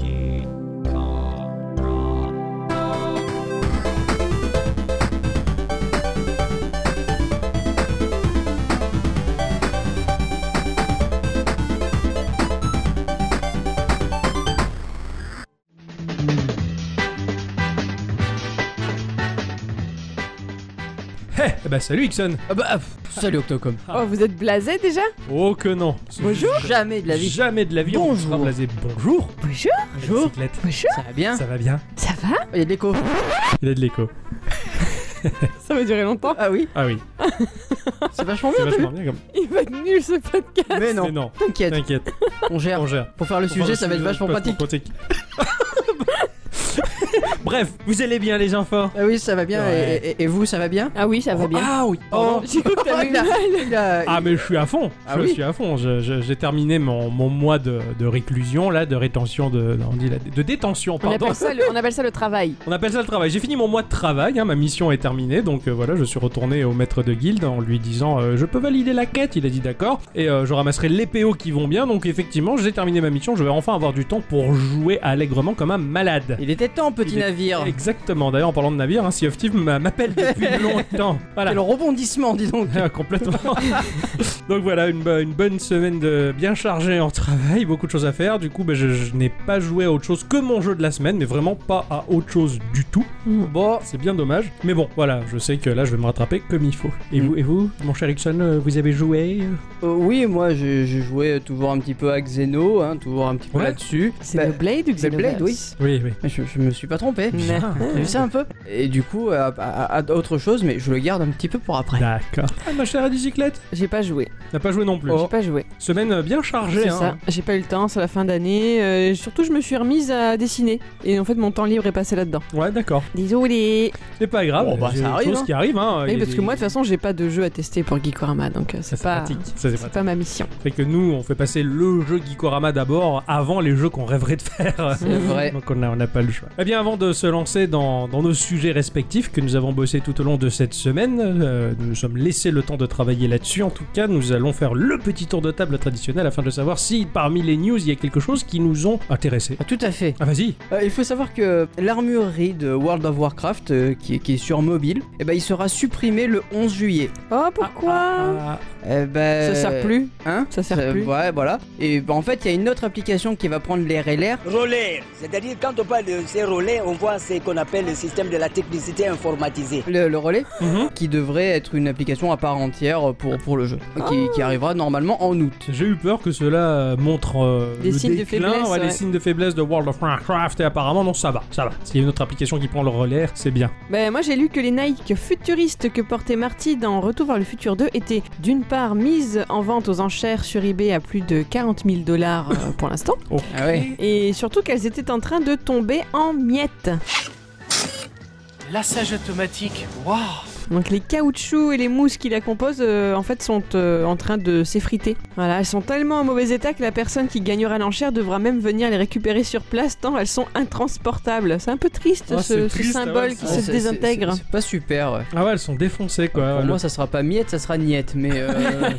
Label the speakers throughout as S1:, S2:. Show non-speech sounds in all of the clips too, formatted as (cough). S1: Eh, Eh bah salut Ixon
S2: Ah bah, pff, salut Octocom.
S3: Oh, vous êtes blasé déjà
S1: Oh que non
S2: Bonjour. Jamais de la vie.
S1: Jamais de la vie on sera
S2: Bonjour.
S1: blasé. Bonjour
S3: Bonjour,
S2: Bonjour.
S1: Bicyclette.
S3: bonjour,
S2: Ça va bien
S1: Ça va bien
S3: ça va
S2: Il y a de l'écho.
S1: Il a de l'écho.
S3: Ça va durer longtemps.
S2: Ah oui,
S1: Ah oui,
S2: c'est vachement
S1: c'est
S2: bien.
S1: vachement bien comme...
S3: Il va être nul ce podcast.
S2: Mais
S1: Mais
S2: non,
S1: non,
S2: t'inquiète,
S1: t'inquiète,
S2: on gère.
S1: on gère.
S2: Pour faire le sujet, ça va être vachement pratique.
S1: (laughs) Bref, vous allez bien les gens forts
S2: Ah oui, ça va bien.
S1: Ouais.
S2: Et, et- et vous, ça va bien
S3: Ah oui, ça va bien.
S2: Ah oui.
S3: Oh,
S2: pardon.
S3: j'ai cru que t'avais eu
S2: Oh, là.
S3: mal.
S2: Il a-
S1: Ah
S2: il-
S1: mais je suis à fond,
S2: Ah
S1: je
S2: oui
S1: suis à fond. Je- je- J'ai terminé mon, mon mois de, de réclusion là, de rétention, de, on dit la- de détention,
S3: On
S1: pardon.
S3: appelle, ça le, on appelle ça le travail.
S1: On appelle ça le travail. J'ai fini mon mois de travail, hein, ma mission est terminée, donc euh, voilà, je suis retourné au maître de guilde en lui disant euh, je peux valider la quête, il a dit d'accord, et euh, je ramasserai les PO qui vont bien, donc effectivement j'ai terminé ma mission, je vais enfin avoir du temps pour jouer allègrement comme un malade.
S2: Il était temps, petit
S1: Il est-
S2: navire.
S1: Exactement, d'ailleurs en parlant de navire, hein, Sea of Thieves m'a- m'appelle depuis longtemps. Voilà.
S2: Quel rebondissement, dis donc.
S1: Ah, (laughs)
S3: (laughs)
S1: complètement. Donc voilà, une, bo- une bonne semaine de bien chargée en travail, beaucoup de choses à faire. Du coup, ben, je, je n'ai pas joué à autre chose que mon jeu de la semaine, mais vraiment pas à autre chose du tout.
S3: Mm.
S2: Bon,
S1: C'est bien dommage. Mais bon, voilà, je sais que là, je vais me rattraper comme il faut. Et
S2: Mm.
S1: vous, et vous, mon cher Ixon, euh, vous avez joué euh
S2: euh, oui, moi, je, je jouais toujours un petit peu à Xeno, hein, toujours un petit peu
S1: Ouais.
S2: là-dessus.
S3: C'est
S2: Bah,
S3: le Blade ou
S2: c'est le
S3: Xenoverse
S2: Blade, Ah, oui.
S1: Oui, oui.
S2: Mais Je, je me suis pas trompé.
S1: Bien.
S2: T'as vu ça un peu Et du coup, euh, à- à- à autre chose, mais je le garde un petit peu pour après.
S1: D'accord. Ah, ma chère à bicyclette
S3: J'ai pas joué.
S1: N'a pas joué non plus.
S3: J'ai pas joué.
S1: Semaine euh, bien chargée,
S3: Oh. C'est
S1: hein.
S3: ça. J'ai pas eu le temps, c'est la fin d'année. euh, surtout, je me suis remise à dessiner. Et en fait, mon temps libre est passé là-dedans.
S1: Ouais, d'accord.
S3: Désolé.
S1: C'est pas grave.
S2: Bon, bah,
S1: j'ai
S2: ça
S1: autre
S2: arrive,
S1: chose
S2: hein.
S1: qui arrive, hein.
S3: Oui,
S1: Il-
S3: parce que moi, de toute façon, j'ai pas de jeu à tester pour Geekorama, donc euh,
S1: Ça,
S3: c'est
S1: c'est
S3: pas.
S1: pratique. Ça, c'est
S3: C'est
S1: pratique.
S3: pas ma mission.
S1: Fait que nous, on fait passer le jeu Geekorama d'abord, avant les jeux qu'on rêverait de faire.
S2: C'est vrai.
S1: (laughs) Donc on n'a on n'a pas le choix. Eh bien, avant de se lancer dans, dans nos sujets respectifs que nous avons bossé tout au long de cette semaine, euh, nous nous sommes laissé le temps de travailler là-dessus. En tout cas, nous allons faire le petit tour de table traditionnel afin de savoir si parmi les news, il y a quelque chose qui nous ont intéressé.
S2: Ah, tout à fait.
S1: Ah vas-y
S2: Euh, il faut savoir que l'armurerie de World of Warcraft, euh, qui, est- qui est sur mobile, eh ben, il sera supprimé le 11 juillet.
S3: Oh, pourquoi
S1: Ah,
S2: Eh ben,
S3: Ça sert plus.
S2: Hein
S3: Ça sert
S2: Euh,
S3: plus.
S2: Ouais, voilà. Et ben, en fait, il y a une autre application qui va prendre les RLR.
S4: Relais, c'est-à-dire quand on parle de ces relais, on voit ce qu'on appelle le système de la technicité informatisée.
S2: Le, le relais
S1: Mhm.
S2: qui devrait être une application à part entière pour, pour le jeu
S3: Oh.
S2: qui, qui arrivera normalement en août.
S1: J'ai eu peur que cela montre euh,
S3: Des
S1: le
S3: signes de
S1: déclin,
S3: faiblesse,
S1: ouais, les
S3: ouais.
S1: signes de faiblesse de World of Warcraft et apparemment non ça va, ça va. S'il y a une autre application qui prend le relais, c'est bien.
S3: Ben, moi j'ai lu que les Nike futuristes que portait Marty dans Retour vers le futur 2 étaient d'une part mises en vente aux enchères sur eBay à plus de 40 000 dollars euh, pour l'instant,
S2: Ah ouais.
S3: et surtout qu'elles étaient en train de tomber en miettes.
S5: Lassage automatique, waouh
S3: Donc les caoutchoucs et les mousses qui la composent euh, en fait sont euh, en train de s'effriter. Voilà, elles sont tellement en mauvais état que la personne qui gagnera l'enchère devra même venir les récupérer sur place tant elles sont intransportables. C'est un peu triste
S1: Ah, c'est
S3: ce, ce
S1: triste, ah ouais,
S3: symbole
S1: c'est-
S3: qui
S2: Ouais,
S3: se
S2: c'est-
S3: désintègre.
S2: c'est- C'est pas super. ouais.
S1: Ah ouais, elles sont défoncées quoi.
S2: Pour
S1: Le
S2: moi, ça sera pas miette, ça sera niette. Mais
S3: (laughs)
S2: euh,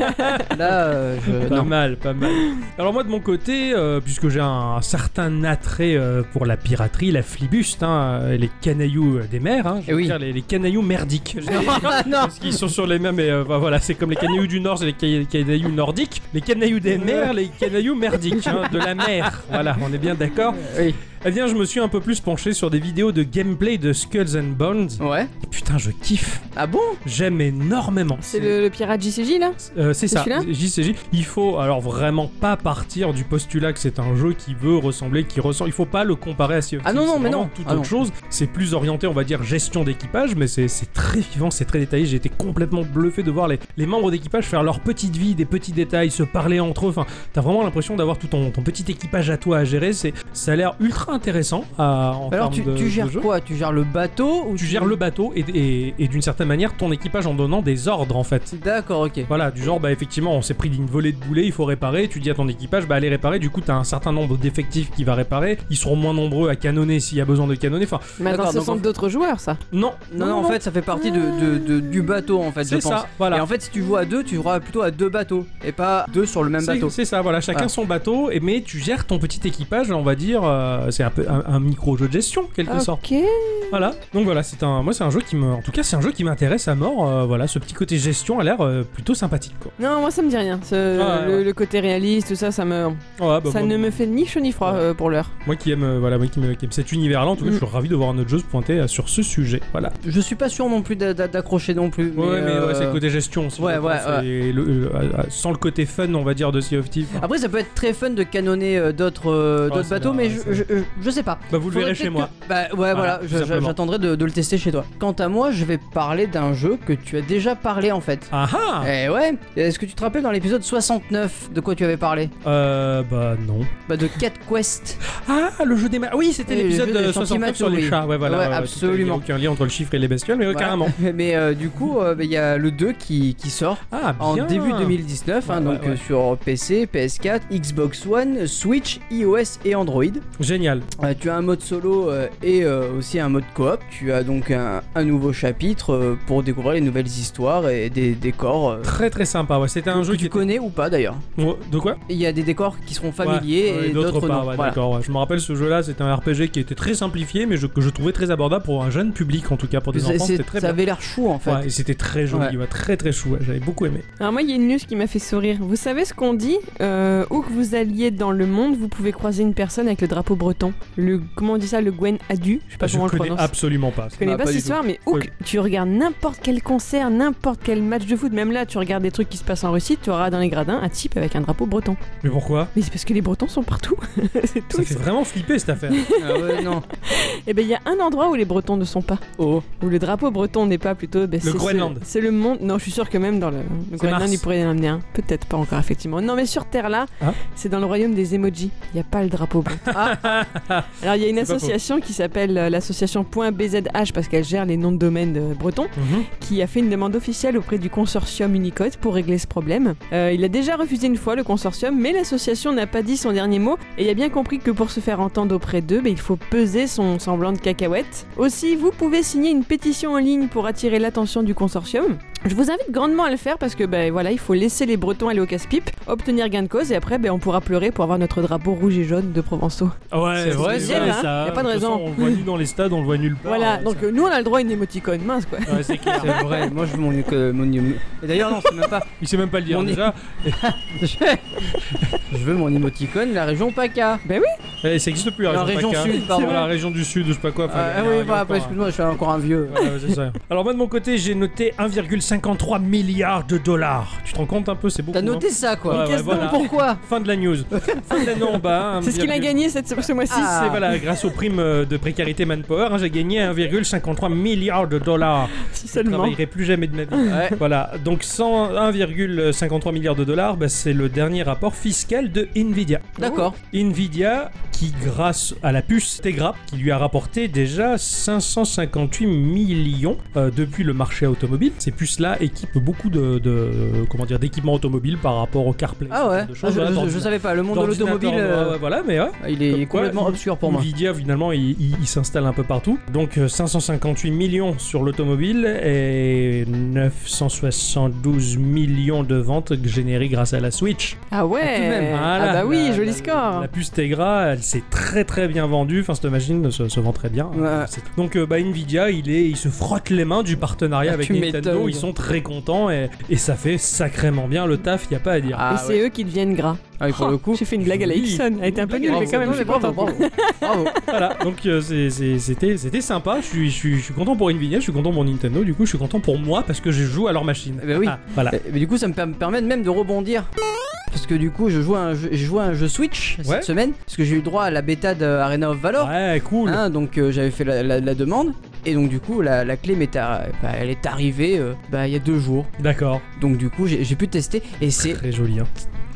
S2: là, euh, je-
S1: Pas
S2: non.
S1: mal, pas mal. (laughs) Alors moi de mon côté, euh, puisque j'ai un certain attrait euh, pour la piraterie, la flibuste, hein, euh, les canailloux euh, des mers, hein, je
S2: Eh
S1: veux
S2: oui.
S1: dire les, les canailloux merdiques. Je veux dire,
S2: Ah, (laughs) non.
S1: Parce qu'ils sont sur les mêmes, mais euh, bah, voilà, c'est comme les canailloux du Nord, c'est les ca- canailloux nordiques, les canailloux des mers, les canailloux merdiques, hein, de la mer. Voilà, on est bien d'accord.
S2: Oui.
S1: Eh bien, je me suis un peu plus penché sur des vidéos de gameplay de Skulls and Bones.
S2: Ouais.
S1: Et Putain, je kiffe,
S2: Ah bon
S1: j'aime énormément.
S3: C'est le, le pirate JCJ là
S1: Euh, c'est
S3: C'est
S1: ça,
S3: celui-là
S1: JCJ. Il faut alors vraiment pas partir du postulat que c'est un jeu qui veut ressembler, qui ressent. Il faut pas le comparer à Sea of
S2: Ah
S1: Thieves,
S2: non, non,
S1: c'est
S2: mais
S1: vraiment
S2: non.
S1: Tout
S2: Ah
S1: autre
S2: non.
S1: chose. C'est plus orienté, on va dire, gestion d'équipage, mais c'est c'est très vivant, c'est très détaillé. J'ai été complètement bluffé de voir les, les membres d'équipage faire leur petite vie, des petits détails, se parler entre eux. Enfin, t'as vraiment l'impression d'avoir tout ton, ton petit équipage à toi à gérer. C'est ça a l'air ultra intéressant à, en
S2: Alors,
S1: termes
S2: tu,
S1: de-
S2: tu
S1: de
S2: gères
S1: jeu.
S2: quoi Tu gères le bateau ou
S1: Tu gères le bateau et, et- et d'une certaine manière ton équipage en donnant des ordres en fait.
S2: D'accord, ok.
S1: Voilà, du genre, bah effectivement, on s'est pris d'une volée de boulets, il faut réparer. Tu dis à ton équipage, bah allez réparer. Du coup, t'as un certain nombre d'effectifs qui va réparer. Ils seront moins nombreux à canonner s'il y a besoin de canonner. Enfin,
S3: Maintenant,
S2: D'accord,
S3: ce
S2: donc,
S3: sont
S2: en fait-
S3: d'autres joueurs, ça.
S1: non,
S2: Non, non, en fait, ça fait partie de, de- de- du bateau, en fait, je
S1: c'est
S2: pense.
S1: ça. Voilà.
S2: Et en fait, si tu joues à deux, tu joueras plutôt à deux bateaux et pas deux sur le même
S1: C'est-
S2: bateau.
S1: C'est ça, voilà, chacun
S2: Voilà.
S1: son bateau, et,
S2: Ah.
S1: mais tu gères ton petit équipage, on va dire, euh, c'est un peu un, micro jeu de gestion, quelque sorte.
S3: Ok.
S1: Voilà. Donc voilà, c'est un, moi c'est un jeu qui me, en tout cas c'est un jeu qui m'intéresse à mort. euh, voilà, ce petit côté gestion a l'air euh, plutôt sympathique quoi.
S3: Non, moi ça me dit rien. Ce-
S1: Ah, ouais,
S3: le,
S1: ouais.
S3: le côté réaliste, tout ça, ça me,
S1: Ouais, bah,
S3: ça
S1: moi,
S3: ne me fait ni chaud ni froid
S1: Ouais.
S3: euh, pour l'heure.
S1: moi qui aime, euh, voilà, moi qui, me- qui aime cet univers-là, en tout cas,
S3: Mm.
S1: je suis ravi de voir un autre jeu se pointer euh, sur ce sujet. Voilà.
S2: Je suis pas sûr non plus d'a- d'a- d'accrocher non plus.
S1: Ouais, mais
S2: euh,
S1: ouais, c'est le côté gestion aussi.
S2: ouais,
S1: je pense,
S2: ouais, Ah, ouais.
S1: et le- euh, euh, sans le côté fun, on va dire, de Sea of Thieves.
S2: Après, ça peut être très fun de canonner euh, d'autres euh,
S1: Ouais,
S2: d'autres
S1: Oh, ça a
S2: bateaux,
S1: l'air-
S2: mais je,
S1: ça-
S2: je, je- je sais pas.
S1: Bah vous le
S2: Faudrait
S1: verrez chez
S2: peut-être
S1: moi.
S2: que- Bah ouais,
S1: Voilà,
S2: voilà,
S1: tout
S2: je- je-
S1: simplement.
S2: j'attendrai de, de le tester chez toi. Quant à moi, je vais parler d'un jeu que tu as déjà parlé en fait.
S1: Ah ah
S2: Eh ouais, est-ce que tu te rappelles dans l'épisode 69 de quoi tu avais parlé
S1: Euh, bah non.
S2: Bah de Cat Quest.
S1: Ah, le jeu des ma- Oui, c'était
S2: Oui, le
S1: l'épisode
S2: jeu des
S1: 69
S2: champimates,
S1: sur les
S2: oui.
S1: chats. Ouais, voilà.
S2: Ouais,
S1: tout à fait.
S2: absolument.
S1: Il n'y a aucun lien entre le chiffre et les bestioles, mais (laughs) ouais,
S2: Voilà.
S1: carrément.
S2: (laughs) Mais euh, du coup, euh, bah, il y a le 2 qui, qui sort
S1: Ah, bien.
S2: en début 2019, hein,
S1: Ouais, ouais,
S2: donc euh,
S1: ouais.
S2: sur PC, PS4, Xbox One, Switch, iOS et Android.
S1: Génial.
S2: Euh, tu as un mode solo euh, et euh, aussi un mode coop. Tu as donc un, un nouveau chapitre euh, pour découvrir les nouvelles histoires et des décors. euh,
S1: Très très sympa. Ouais, c'était un
S2: que
S1: jeu
S2: tu
S1: qui.
S2: connais ou pas d'ailleurs.
S1: Ouais, De quoi
S2: Il y a des décors qui seront familiers
S1: Ouais, ouais,
S2: et d'autres
S1: pas,
S2: non.
S1: ouais,
S2: Voilà.
S1: d'accord. ouais. Je me rappelle ce jeu-là, c'était un RPG qui était très simplifié, mais je- que je trouvais très abordable pour un jeune public, en tout cas pour des
S2: C'est-
S1: enfants,
S2: c'est-
S1: c'était très
S2: ça
S1: bien.
S2: avait l'air chou en fait.
S1: Ouais, et c'était très joli,
S2: Ouais.
S1: ouais, très très chou, ouais, j'avais beaucoup aimé.
S3: Alors moi, il y a une news qui m'a fait sourire. Vous savez ce qu'on dit euh, Où que vous alliez dans le monde, vous pouvez croiser une personne avec le drapeau breton. Le comment on dit ça Le Gwen Adu. Je sais pas
S1: Ah, je
S3: comment on le
S1: connais
S3: prononce.
S1: absolument pas.
S3: Je connais
S2: Ah,
S3: pas
S2: pas
S3: cette
S2: du
S3: histoire, mais où
S1: Oui.
S3: que tu regardes n'importe quel concert, n'importe quel match de foot, même là, tu regardes des trucs qui se passent en Russie, tu auras dans les gradins un type avec un drapeau breton.
S1: Mais pourquoi
S3: Mais c'est parce que les Bretons sont partout. (laughs) c'est tout.
S1: Ça fait vraiment flipper cette
S2: (laughs)
S1: affaire.
S2: Ah ouais, non.
S3: Et ben il y a un endroit où les Bretons ne sont pas.
S2: Oh.
S3: Où le drapeau breton n'est pas plutôt. ben,
S1: Le
S3: c'est-
S1: Groenland.
S3: C'est c'est le monde. Non, je suis sûr que même dans le, le Groenland,
S1: Mars.
S3: ils pourraient en amener un. Peut-être pas encore, effectivement. Non, mais sur Terre, là,
S1: Ah.
S3: c'est dans le royaume des emojis. Il n'y a pas le
S1: (laughs)
S3: drapeau breton.
S2: Ah.
S3: Alors, il y a une
S1: C'est pas faux.
S3: association qui s'appelle euh, l'association .bzh parce qu'elle gère les noms de domaine de bretons
S1: Mhm.
S3: qui a fait une demande officielle auprès du consortium Unicode pour régler ce problème. Euh, il a déjà refusé une fois le consortium, mais l'association n'a pas dit son dernier mot et a bien compris que pour se faire entendre auprès d'eux, ben, il faut peser son semblant de cacahuète. Aussi, vous pouvez signer une pétition en ligne pour attirer l'attention du consortium. Je vous invite grandement à le faire parce que ben voilà, il faut laisser les Bretons aller au casse-pipe, obtenir gain de cause et après ben, on pourra pleurer pour avoir notre drapeau rouge et jaune de Provençaux.
S1: Ouais,
S2: C'est vrai,
S1: c'est
S2: c'est
S1: vrai,
S3: vrai,
S1: ça.
S3: hein. Y a pas de
S1: toute façon,
S3: raison.
S1: on le voit nu dans les stades, on le voit nulle part.
S3: voilà,
S1: ouais,
S3: donc euh, nous on a le droit à une émoticône, mince quoi.
S1: ça- ouais, c'est clair.
S2: euh, (laughs) C'est vrai, moi je veux mon. que- mon- Et D'ailleurs, non, c'est même pas.
S1: Il sait même pas le dire
S2: On est-
S1: déjà.
S2: je veux mon émoticône, la région PACA.
S1: Eh, ça existe plus la
S2: La
S1: région,
S2: région
S1: PACA.
S2: sud, pardon.
S1: C'est vrai, La région du sud, je sais pas quoi. enfin,
S2: Ah
S1: il y a- il y
S2: oui,
S1: a
S2: bah,
S1: encore
S2: après,
S1: un-
S2: excuse-moi, je suis encore un vieux.
S1: Voilà, ouais, c'est ça. Alors moi de mon côté j'ai noté 1,53 milliard de dollars. Tu te rends compte un peu, c'est beaucoup.
S2: T'as
S1: hein
S2: noté ça quoi
S1: Ouais, ouais,
S2: Qu'est-ce
S1: voilà.
S2: donc, Pourquoi
S1: Fin de la news. fin de l'année en bas.
S3: C'est ce qu'il a
S1: 1,-
S3: gagné cette, ce mois-ci.
S2: Ah.
S1: C'est voilà, grâce aux primes euh, de précarité manpower, hein, j'ai gagné 1,53 milliard de
S2: (laughs)
S1: dollars.
S3: Si
S1: Je ne
S3: seulement.
S1: travaillerai plus jamais de ma vie.
S2: (laughs) Ouais.
S1: Voilà, donc 101,53 milliards de dollars, bah, c'est le dernier rapport fiscal de Nvidia.
S2: D'accord.
S1: Nvidia qui grâce à la puce Tegra qui lui a rapporté déjà 558 millions euh, depuis le marché automobile ces puces là équipent beaucoup de, de- comment dire d'équipements automobiles par rapport au CarPlay
S2: Ah ouais,
S1: de
S2: Ah,
S1: choses,
S2: je,
S1: voilà,
S2: je-
S1: d'ordina-
S2: je savais pas, le monde de
S1: d'ordinateur,
S2: l'automobile,
S1: ouais,
S2: euh,
S1: ouais, voilà mais ouais.
S2: il est
S1: Comme quoi,
S2: complètement
S1: il-
S2: obscur pour moi.
S1: Nvidia finalement il, il- il s'installe un peu partout donc euh, 558 millions sur l'automobile et 972 millions de ventes générées grâce à la Switch
S3: Ah ouais
S2: tout de même.
S1: Voilà.
S3: Ah bah oui,
S1: La-
S3: joli
S1: la-
S3: score
S1: La puce Tegra, elle s'est très très bien vendue. Enfin, cette machine se, se vend très bien.
S2: Ouais.
S1: C'est- Donc, euh, bah, Nvidia, il, est, il se frotte les mains du partenariat
S2: Ah,
S1: avec
S2: tu
S1: Nintendo.
S2: m'étonnes.
S1: Ils sont très contents et, et ça fait sacrément bien le taf, y a pas à dire.
S3: Et
S2: Ah,
S3: c'est
S2: ouais.
S3: eux qui deviennent gras.
S2: Ah, oui, pour
S3: Oh,
S2: le coup.
S3: J'ai fait une blague à la
S1: Oui.
S3: Ixon. Elle était un peu nulle, mais quand même, je suis
S2: bravo,
S3: contente.
S2: bravo, bravo.
S1: voilà, donc euh, c'est- c'est- c'était c'était sympa. Je suis, je, suis, je suis content pour Nvidia, je suis content pour Nintendo. Du coup, je suis content pour moi parce que je joue à leur machine.
S2: Eh ben oui.
S1: Ah, voilà.
S2: Euh, Mais du coup, ça me per- me permet même de rebondir. Parce que du coup, je joue à un jeu, j'ai joué à un jeu Switch
S1: Ouais.
S2: cette semaine. Parce que j'ai eu droit à la bêta de Arena of Valor.
S1: Ouais, cool.
S2: Hein, donc euh, j'avais fait la, la- la demande. Et donc du coup, la, la clé, m'est arri- bah, elle est arrivée euh, bah, il y a deux jours.
S1: D'accord.
S2: Donc du coup, j'ai j'ai pu tester. Et c'est
S1: Très joli. Hein.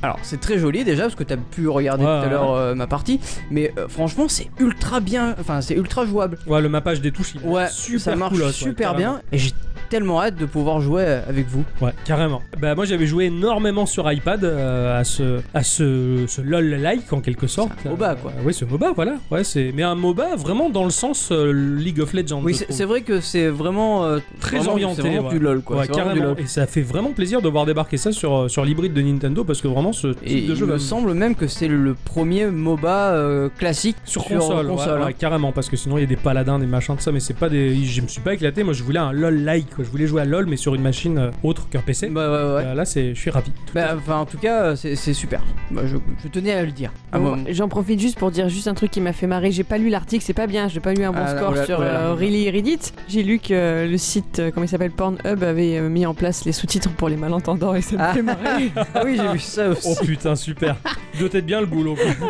S2: Alors c'est très joli déjà parce que t'as pu regarder
S1: Ouais,
S2: tout à l'heure euh, ma partie, mais euh, franchement c'est ultra bien, enfin c'est ultra jouable.
S1: Ouais, le mappage des touches, il est
S2: Ouais,
S1: super
S2: ça marche
S1: cool, hein, ouais,
S2: super
S1: carrément.
S2: bien et j'ai tellement hâte de pouvoir jouer euh, avec vous.
S1: Ouais, carrément. Bah moi j'avais joué énormément sur iPad euh, à ce à ce, ce lol like en quelque sorte.
S2: C'est un MOBA, quoi.
S1: Euh, oui, ce MOBA voilà. Ouais, c'est mais un MOBA vraiment dans le sens euh, League of Legends.
S2: Oui,
S1: je
S2: c'est
S1: trouve.
S2: c'est vrai que c'est vraiment euh,
S1: Très
S2: vraiment-
S1: orienté,
S2: c'est vraiment
S1: ouais.
S2: du lol quoi.
S1: Ouais,
S2: c'est vraiment du
S1: carrément.
S2: lol.
S1: Et ça fait vraiment plaisir de voir débarquer ça sur euh, sur l'hybride de Nintendo parce que vraiment ce type
S2: Et
S1: de
S2: il
S1: jeu.
S2: me
S1: va-
S2: semble même que c'est le premier MOBA euh, classique
S1: Sur console, ouais, ouais,
S2: hein.
S1: carrément, parce que sinon il y a des paladins, des machins de ça, mais c'est pas des. Je me suis pas éclaté, moi je voulais un LOL-like, quoi. je voulais jouer à LOL, mais sur une machine euh, autre qu'un PC.
S2: Bah ouais, ouais.
S1: Euh, là, c'est, je suis ravi. Tout à
S2: Bah, enfin, en tout cas, euh, c'est c'est super. Bah, je, je tenais à le dire. Ah,
S3: Bon,
S2: bon.
S3: J'en profite juste pour dire juste un truc qui m'a fait marrer. J'ai pas lu l'article, c'est pas bien. J'ai pas eu un bon
S2: Ah là,
S3: score
S2: oh là,
S3: sur
S2: oh là.
S3: euh, Really Reddit. J'ai lu que euh, le site, euh, comment il s'appelle, Pornhub avait euh, mis en place les sous-titres pour les malentendants et ça me
S2: Ah.
S3: fait (laughs) marrer.
S2: Ah oui, j'ai
S1: (laughs)
S2: vu ça
S1: Oh
S2: aussi.
S1: putain, super.
S2: (laughs)
S1: Il doit être bien le boulot. quoi.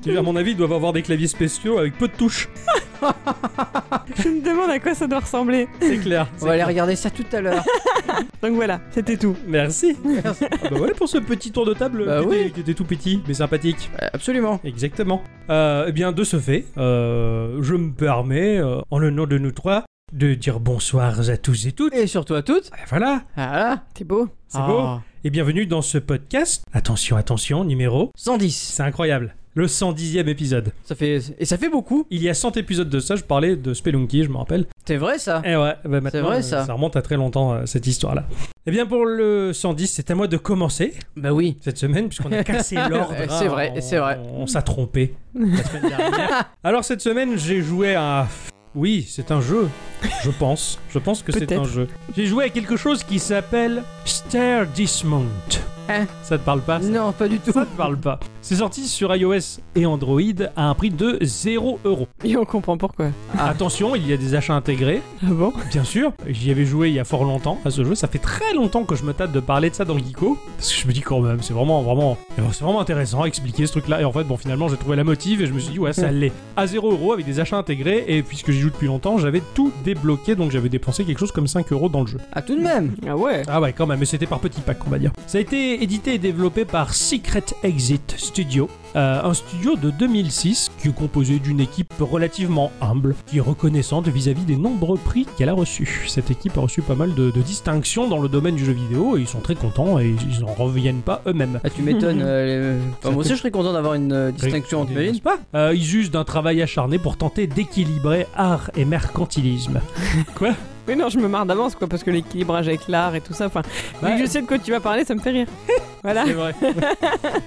S1: Tu veux, à mon avis, ils doivent avoir des claviers spéciaux avec peu de touches.
S3: Je me demande à quoi ça doit ressembler.
S1: C'est clair.
S2: On
S1: C'est
S2: va aller
S1: clair.
S2: regarder ça tout à l'heure.
S3: Donc voilà, c'était tout.
S2: (laughs)
S1: Merci. Ah bah voilà pour ce petit tour de table
S2: Bah
S1: qui,
S2: oui.
S1: était, qui était tout petit mais sympathique.
S2: Euh, Absolument.
S1: Exactement. Euh, eh bien, de ce fait, euh, je me permets, euh, en le nom de nous trois, de dire bonsoir à tous et toutes.
S2: Et surtout à toutes.
S1: Ah, Voilà,
S2: Ah là.
S3: T'es beau.
S1: c'est
S2: Ah,
S1: beau. Et bienvenue dans ce podcast. Attention, attention, numéro.
S2: 110.
S1: C'est incroyable. Le 110e épisode.
S2: Ça fait... Et ça fait beaucoup.
S1: Il y a 100 épisodes de ça, je parlais de Spelunky, je me rappelle.
S2: C'est vrai ça.
S1: Eh ouais, bah maintenant,
S2: C'est vrai,
S1: euh,
S2: ça.
S1: remonte à très longtemps, euh, cette histoire-là. Eh bien, pour le 110, c'est à moi de commencer
S2: Bah oui.
S1: cette semaine, puisqu'on a
S2: (laughs)
S1: cassé l'ordre.
S2: C'est
S1: hein,
S2: vrai,
S1: on-
S2: c'est vrai.
S1: On, s'est trompé la semaine
S2: (laughs)
S1: dernière. Alors, cette semaine, j'ai joué à. Oui, c'est un jeu. Je pense. Je pense que c'est
S3: Peut-être.
S1: un jeu. J'ai joué à quelque chose qui s'appelle Stair Dismount.
S2: Hein
S1: Ça te parle pas ça
S2: Non, pas du tout.
S1: Ça te parle pas. C'est sorti sur iOS et Android à un prix de 0 euros.
S3: Et on comprend pourquoi.
S2: Ah.
S1: Attention, il y a des achats intégrés.
S3: Ah bon
S1: Bien sûr, j'y avais joué il y a fort longtemps à ce jeu. Ça fait très longtemps que je me tâte de parler de ça dans Geeko. Parce que je me dis quand même, c'est vraiment, vraiment, c'est vraiment intéressant à expliquer ce truc-là. Et en fait, bon, finalement, j'ai trouvé la motive et je me suis dit, ouais, ça l'est. À 0 euros avec des achats intégrés. Et puisque j'y joue depuis longtemps, j'avais tout débloqué. Donc j'avais dépensé quelque chose comme 5 euros dans le jeu.
S2: Ah tout de même.
S3: Ah ouais
S1: Ah ouais, quand même, mais c'était par petit pack, on va dire. Ça a été édité et développé par Secret Exit Studio, euh, un studio de 2006 qui est composé d'une équipe relativement humble, qui est reconnaissante vis-à-vis des nombreux prix qu'elle a reçus. Cette équipe a reçu pas mal de, de distinctions dans le domaine du jeu vidéo et ils sont très contents et ils n'en reviennent pas eux-mêmes.
S2: Ah tu m'étonnes. euh, les- enfin, moi aussi je serais content d'avoir une euh, distinction, t'imagines
S1: pas Euh, Ils usent d'un travail acharné pour tenter d'équilibrer art et mercantilisme.
S3: Mais non, je me marre d'avance quoi, parce que l'équilibrage avec l'art et tout ça, enfin.
S1: Ouais.
S3: vu que je sais de quoi tu vas parler, ça me
S1: (laughs)
S3: fait rire. voilà.
S1: Bah, C'est vrai.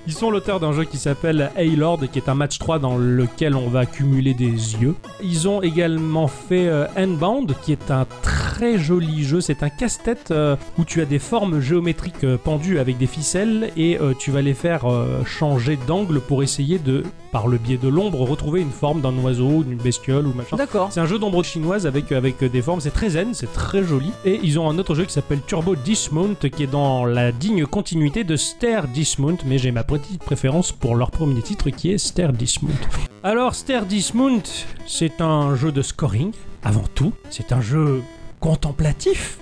S1: Ils sont l'auteur d'un jeu qui s'appelle Haylord, qui est un match 3 dans lequel on va cumuler des yeux. Ils ont également fait euh, Handbound, qui est un très joli jeu. C'est un casse-tête euh, où tu as des formes géométriques euh, pendues avec des ficelles et euh, tu vas les faire euh, changer d'angle pour essayer de, par le biais de l'ombre, retrouver une forme d'un oiseau, d'une bestiole ou machin.
S2: D'accord.
S1: C'est un jeu d'ombre chinoise avec, euh, avec des formes, c'est très zen, c'est très joli. Et ils ont un autre jeu qui s'appelle Turbo Dismount qui est dans la digne continuité de Stair Dismount, mais j'ai ma petite préférence pour leur premier titre qui est Stair Dismount. Alors Stair Dismount, c'est un jeu de scoring, avant tout. C'est un jeu contemplatif.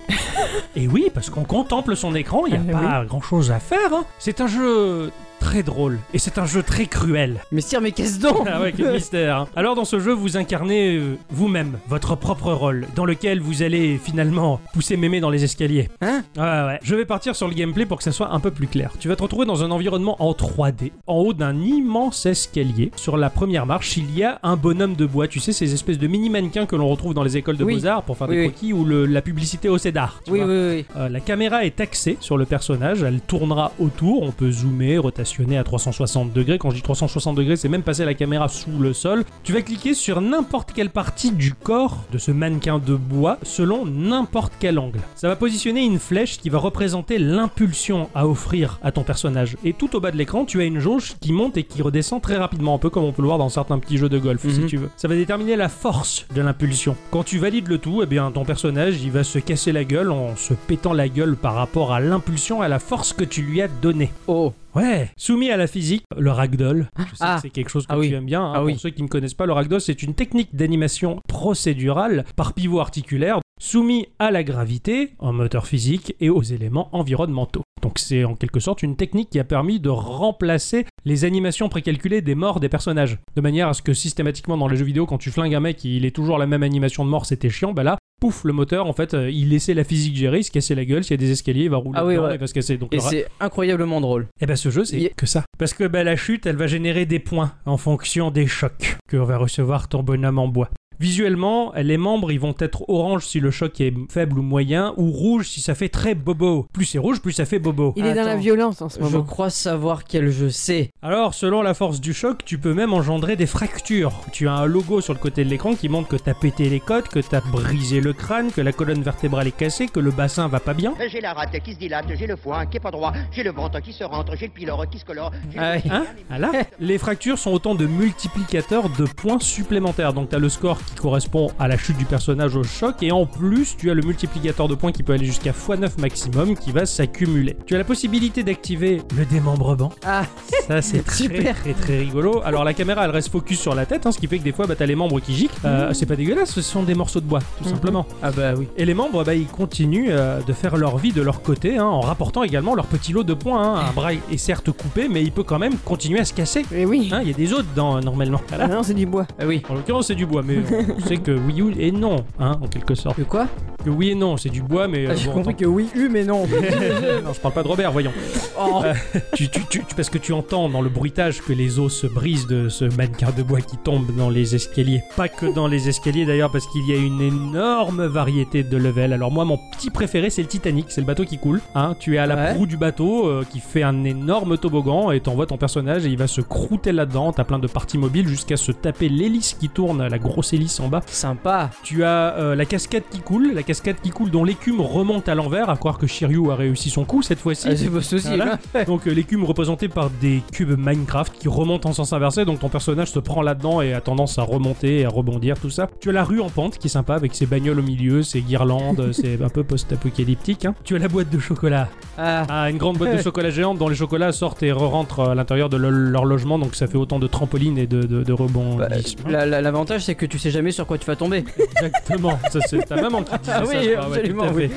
S1: Et oui, parce qu'on contemple son écran, il n'y a
S3: Ah,
S1: pas grand-chose à faire. hein. C'est un jeu très drôle et c'est un jeu très cruel.
S2: Mais sire, mais qu'est-ce donc
S1: Ah ouais, quel mystère. hein. Alors dans ce jeu, vous incarnez euh, vous-même votre propre rôle, dans lequel vous allez finalement pousser mémé dans les escaliers.
S2: Hein
S1: Ouais, ouais. Je vais partir sur le gameplay pour que ça soit un peu plus clair. Tu vas te retrouver dans un environnement en 3D, en haut d'un immense escalier. Sur la première marche, il y a un bonhomme de bois. Tu sais, ces espèces de mini-mannequins que l'on retrouve dans les écoles de
S2: Oui.
S1: beaux-arts pour faire
S2: Oui,
S1: des
S2: oui.
S1: croquis ou le- la publicité au CEDAR. tu
S2: Oui,
S1: vois.
S2: oui, oui.
S1: Euh, la caméra est axée sur le personnage, elle tournera autour, on peut zoomer, rotationner à 360 degrés. Quand je dis 360 degrés, c'est même passer la caméra sous le sol. Tu vas cliquer sur n'importe quelle partie du corps de ce mannequin de bois selon n'importe quel angle. Ça va positionner une flèche qui va représenter l'impulsion à offrir à ton personnage. Et tout au bas de l'écran, tu as une jauge qui monte et qui redescend très rapidement, un peu comme on peut le voir dans certains petits jeux de golf, si
S2: Mhm.
S1: tu veux. Ça va déterminer la force de l'impulsion. Quand tu valides le tout, eh bien ton personnage, il va se casser la gueule en se pétant la gueule par rapport à l'impulsion et à la force que tu lui as donnée.
S2: Oh.
S1: Ouais, soumis à la physique, le ragdoll, je sais
S2: Ah.
S1: que c'est quelque chose que
S2: Ah
S1: tu
S2: oui.
S1: aimes bien. hein.
S2: Ah
S1: Pour
S2: oui.
S1: ceux qui ne connaissent pas, le ragdoll, c'est une technique d'animation procédurale par pivot articulaire, soumis à la gravité, en moteur physique et aux éléments environnementaux. Donc c'est en quelque sorte une technique qui a permis de remplacer les animations précalculées des morts des personnages. De manière à ce que systématiquement dans les jeux vidéo, quand tu flingues un mec, il est toujours la même animation de mort, c'était chiant, bah là, pouf, le moteur, en fait, euh, il laissait la physique gérer, il se cassait la gueule, s'il y a des escaliers, il va rouler
S2: Ah oui,
S1: dedans,
S2: ouais.
S1: il va se casser. Donc
S2: Et
S1: le ra-
S2: c'est incroyablement drôle.
S1: eh ben ce jeu c'est
S2: Y-
S1: que ça. Parce que ben, la chute elle va générer des points en fonction des chocs que va recevoir ton bonhomme en bois. Visuellement, les membres, ils vont être orange si le choc est faible ou moyen, ou rouge si ça fait très bobo. Plus c'est rouge, plus ça fait bobo.
S3: Il est dans la
S6: Attends.
S3: violence en ce
S6: Je
S3: moment.
S6: crois savoir quel jeu c'est.
S1: Alors, selon la force du choc, tu peux même engendrer des fractures. Tu as un logo sur le côté de l'écran qui montre que t'as pété les côtes, que t'as brisé le crâne, que la colonne vertébrale est cassée, que le bassin va pas bien.
S7: J'ai la rate qui se dilate, j'ai le foin qui est pas droit, j'ai le ventre qui se rentre, j'ai le pylore qui se colore. j'ai
S6: Ah
S7: le-
S6: oui.
S1: Hein Ah là Les fractures sont autant de multiplicateurs de points supplémentaires. Donc t'as le score qui correspond à la chute du personnage au choc et en plus tu as le multiplicateur de points qui peut aller jusqu'à x9 maximum qui va s'accumuler. Tu as la possibilité d'activer le démembrement.
S6: Ah,
S1: Ça c'est (laughs) très, très
S6: Super.
S1: très rigolo. Alors la caméra elle reste focus sur la tête, hein, ce qui fait que des fois bah, t'as les membres qui giclent. Euh, C'est pas dégueulasse, ce sont des morceaux de bois tout
S6: Mhm.
S1: simplement.
S2: Ah bah oui.
S1: Et les membres, bah, ils continuent euh, de faire leur vie de leur côté, hein, en rapportant également leur petit lot de points. hein. Un bras est certes coupé, mais il peut quand même continuer à se casser.
S3: Eh oui.
S1: Hein, Il y a des autres dans, normalement. Voilà.
S3: Ah non, c'est du bois.
S6: ah oui.
S1: En l'occurrence, c'est du bois,
S2: (laughs)
S1: mais on sait que oui ou- et non, hein, en quelque sorte.
S6: De quoi
S1: Que oui et non, c'est du bois, mais. euh,
S2: Ah, J'ai
S1: bon,
S2: compris
S1: attends.
S2: que oui, eu,
S6: (laughs)
S2: mais non.
S1: (laughs) non, je parle pas de Robert, voyons.
S2: Oh.
S1: Euh, tu, tu- tu- tu- parce que tu entends dans le bruitage que les os se brisent de ce mannequin de bois qui tombe dans les escaliers. Pas que dans les escaliers d'ailleurs, parce qu'il y a une énorme variété de levels. Alors moi, mon petit préféré, c'est le Titanic, c'est le bateau qui coule. Hein, tu es à la
S2: Ouais.
S1: proue du bateau euh, qui fait un énorme toboggan et t'envoies ton personnage et il va se croûter là-dedans. T'as plein de parties mobiles jusqu'à se taper l'hélice qui tourne, la grosse hélice en bas.
S6: Sympa.
S1: Tu as euh, la cascade qui coule, la cascade qui coule dont l'écume remonte à l'envers, à croire que Shiryu a réussi son coup cette fois-ci.
S6: Ah, c'est pas souci.
S1: Voilà.
S6: hein.
S1: Donc euh, les cubes représentés par des cubes Minecraft qui remontent en sens inversé, donc ton personnage se prend là-dedans et a tendance à remonter et à rebondir, tout ça. Tu as la rue en pente qui est sympa avec ses bagnoles au milieu, ses guirlandes, (laughs) euh, c'est un peu post-apocalyptique. hein. Tu as la boîte de chocolat.
S6: Ah,
S1: Ah, une grande boîte de chocolat géante dont les chocolats sortent et rentrent à l'intérieur de le- leur logement, donc ça fait autant de trampolines et de, de, de
S6: bah,
S1: rebondissements.
S6: la- la- L'avantage, c'est que tu sais jamais sur quoi tu vas (laughs) tomber.
S1: Exactement, ça c'est ta maman qui dit
S6: Ah
S1: ça.
S6: oui,
S1: je crois, ouais,
S6: absolument,
S1: tout à fait.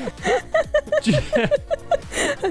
S1: (laughs) tu, Ah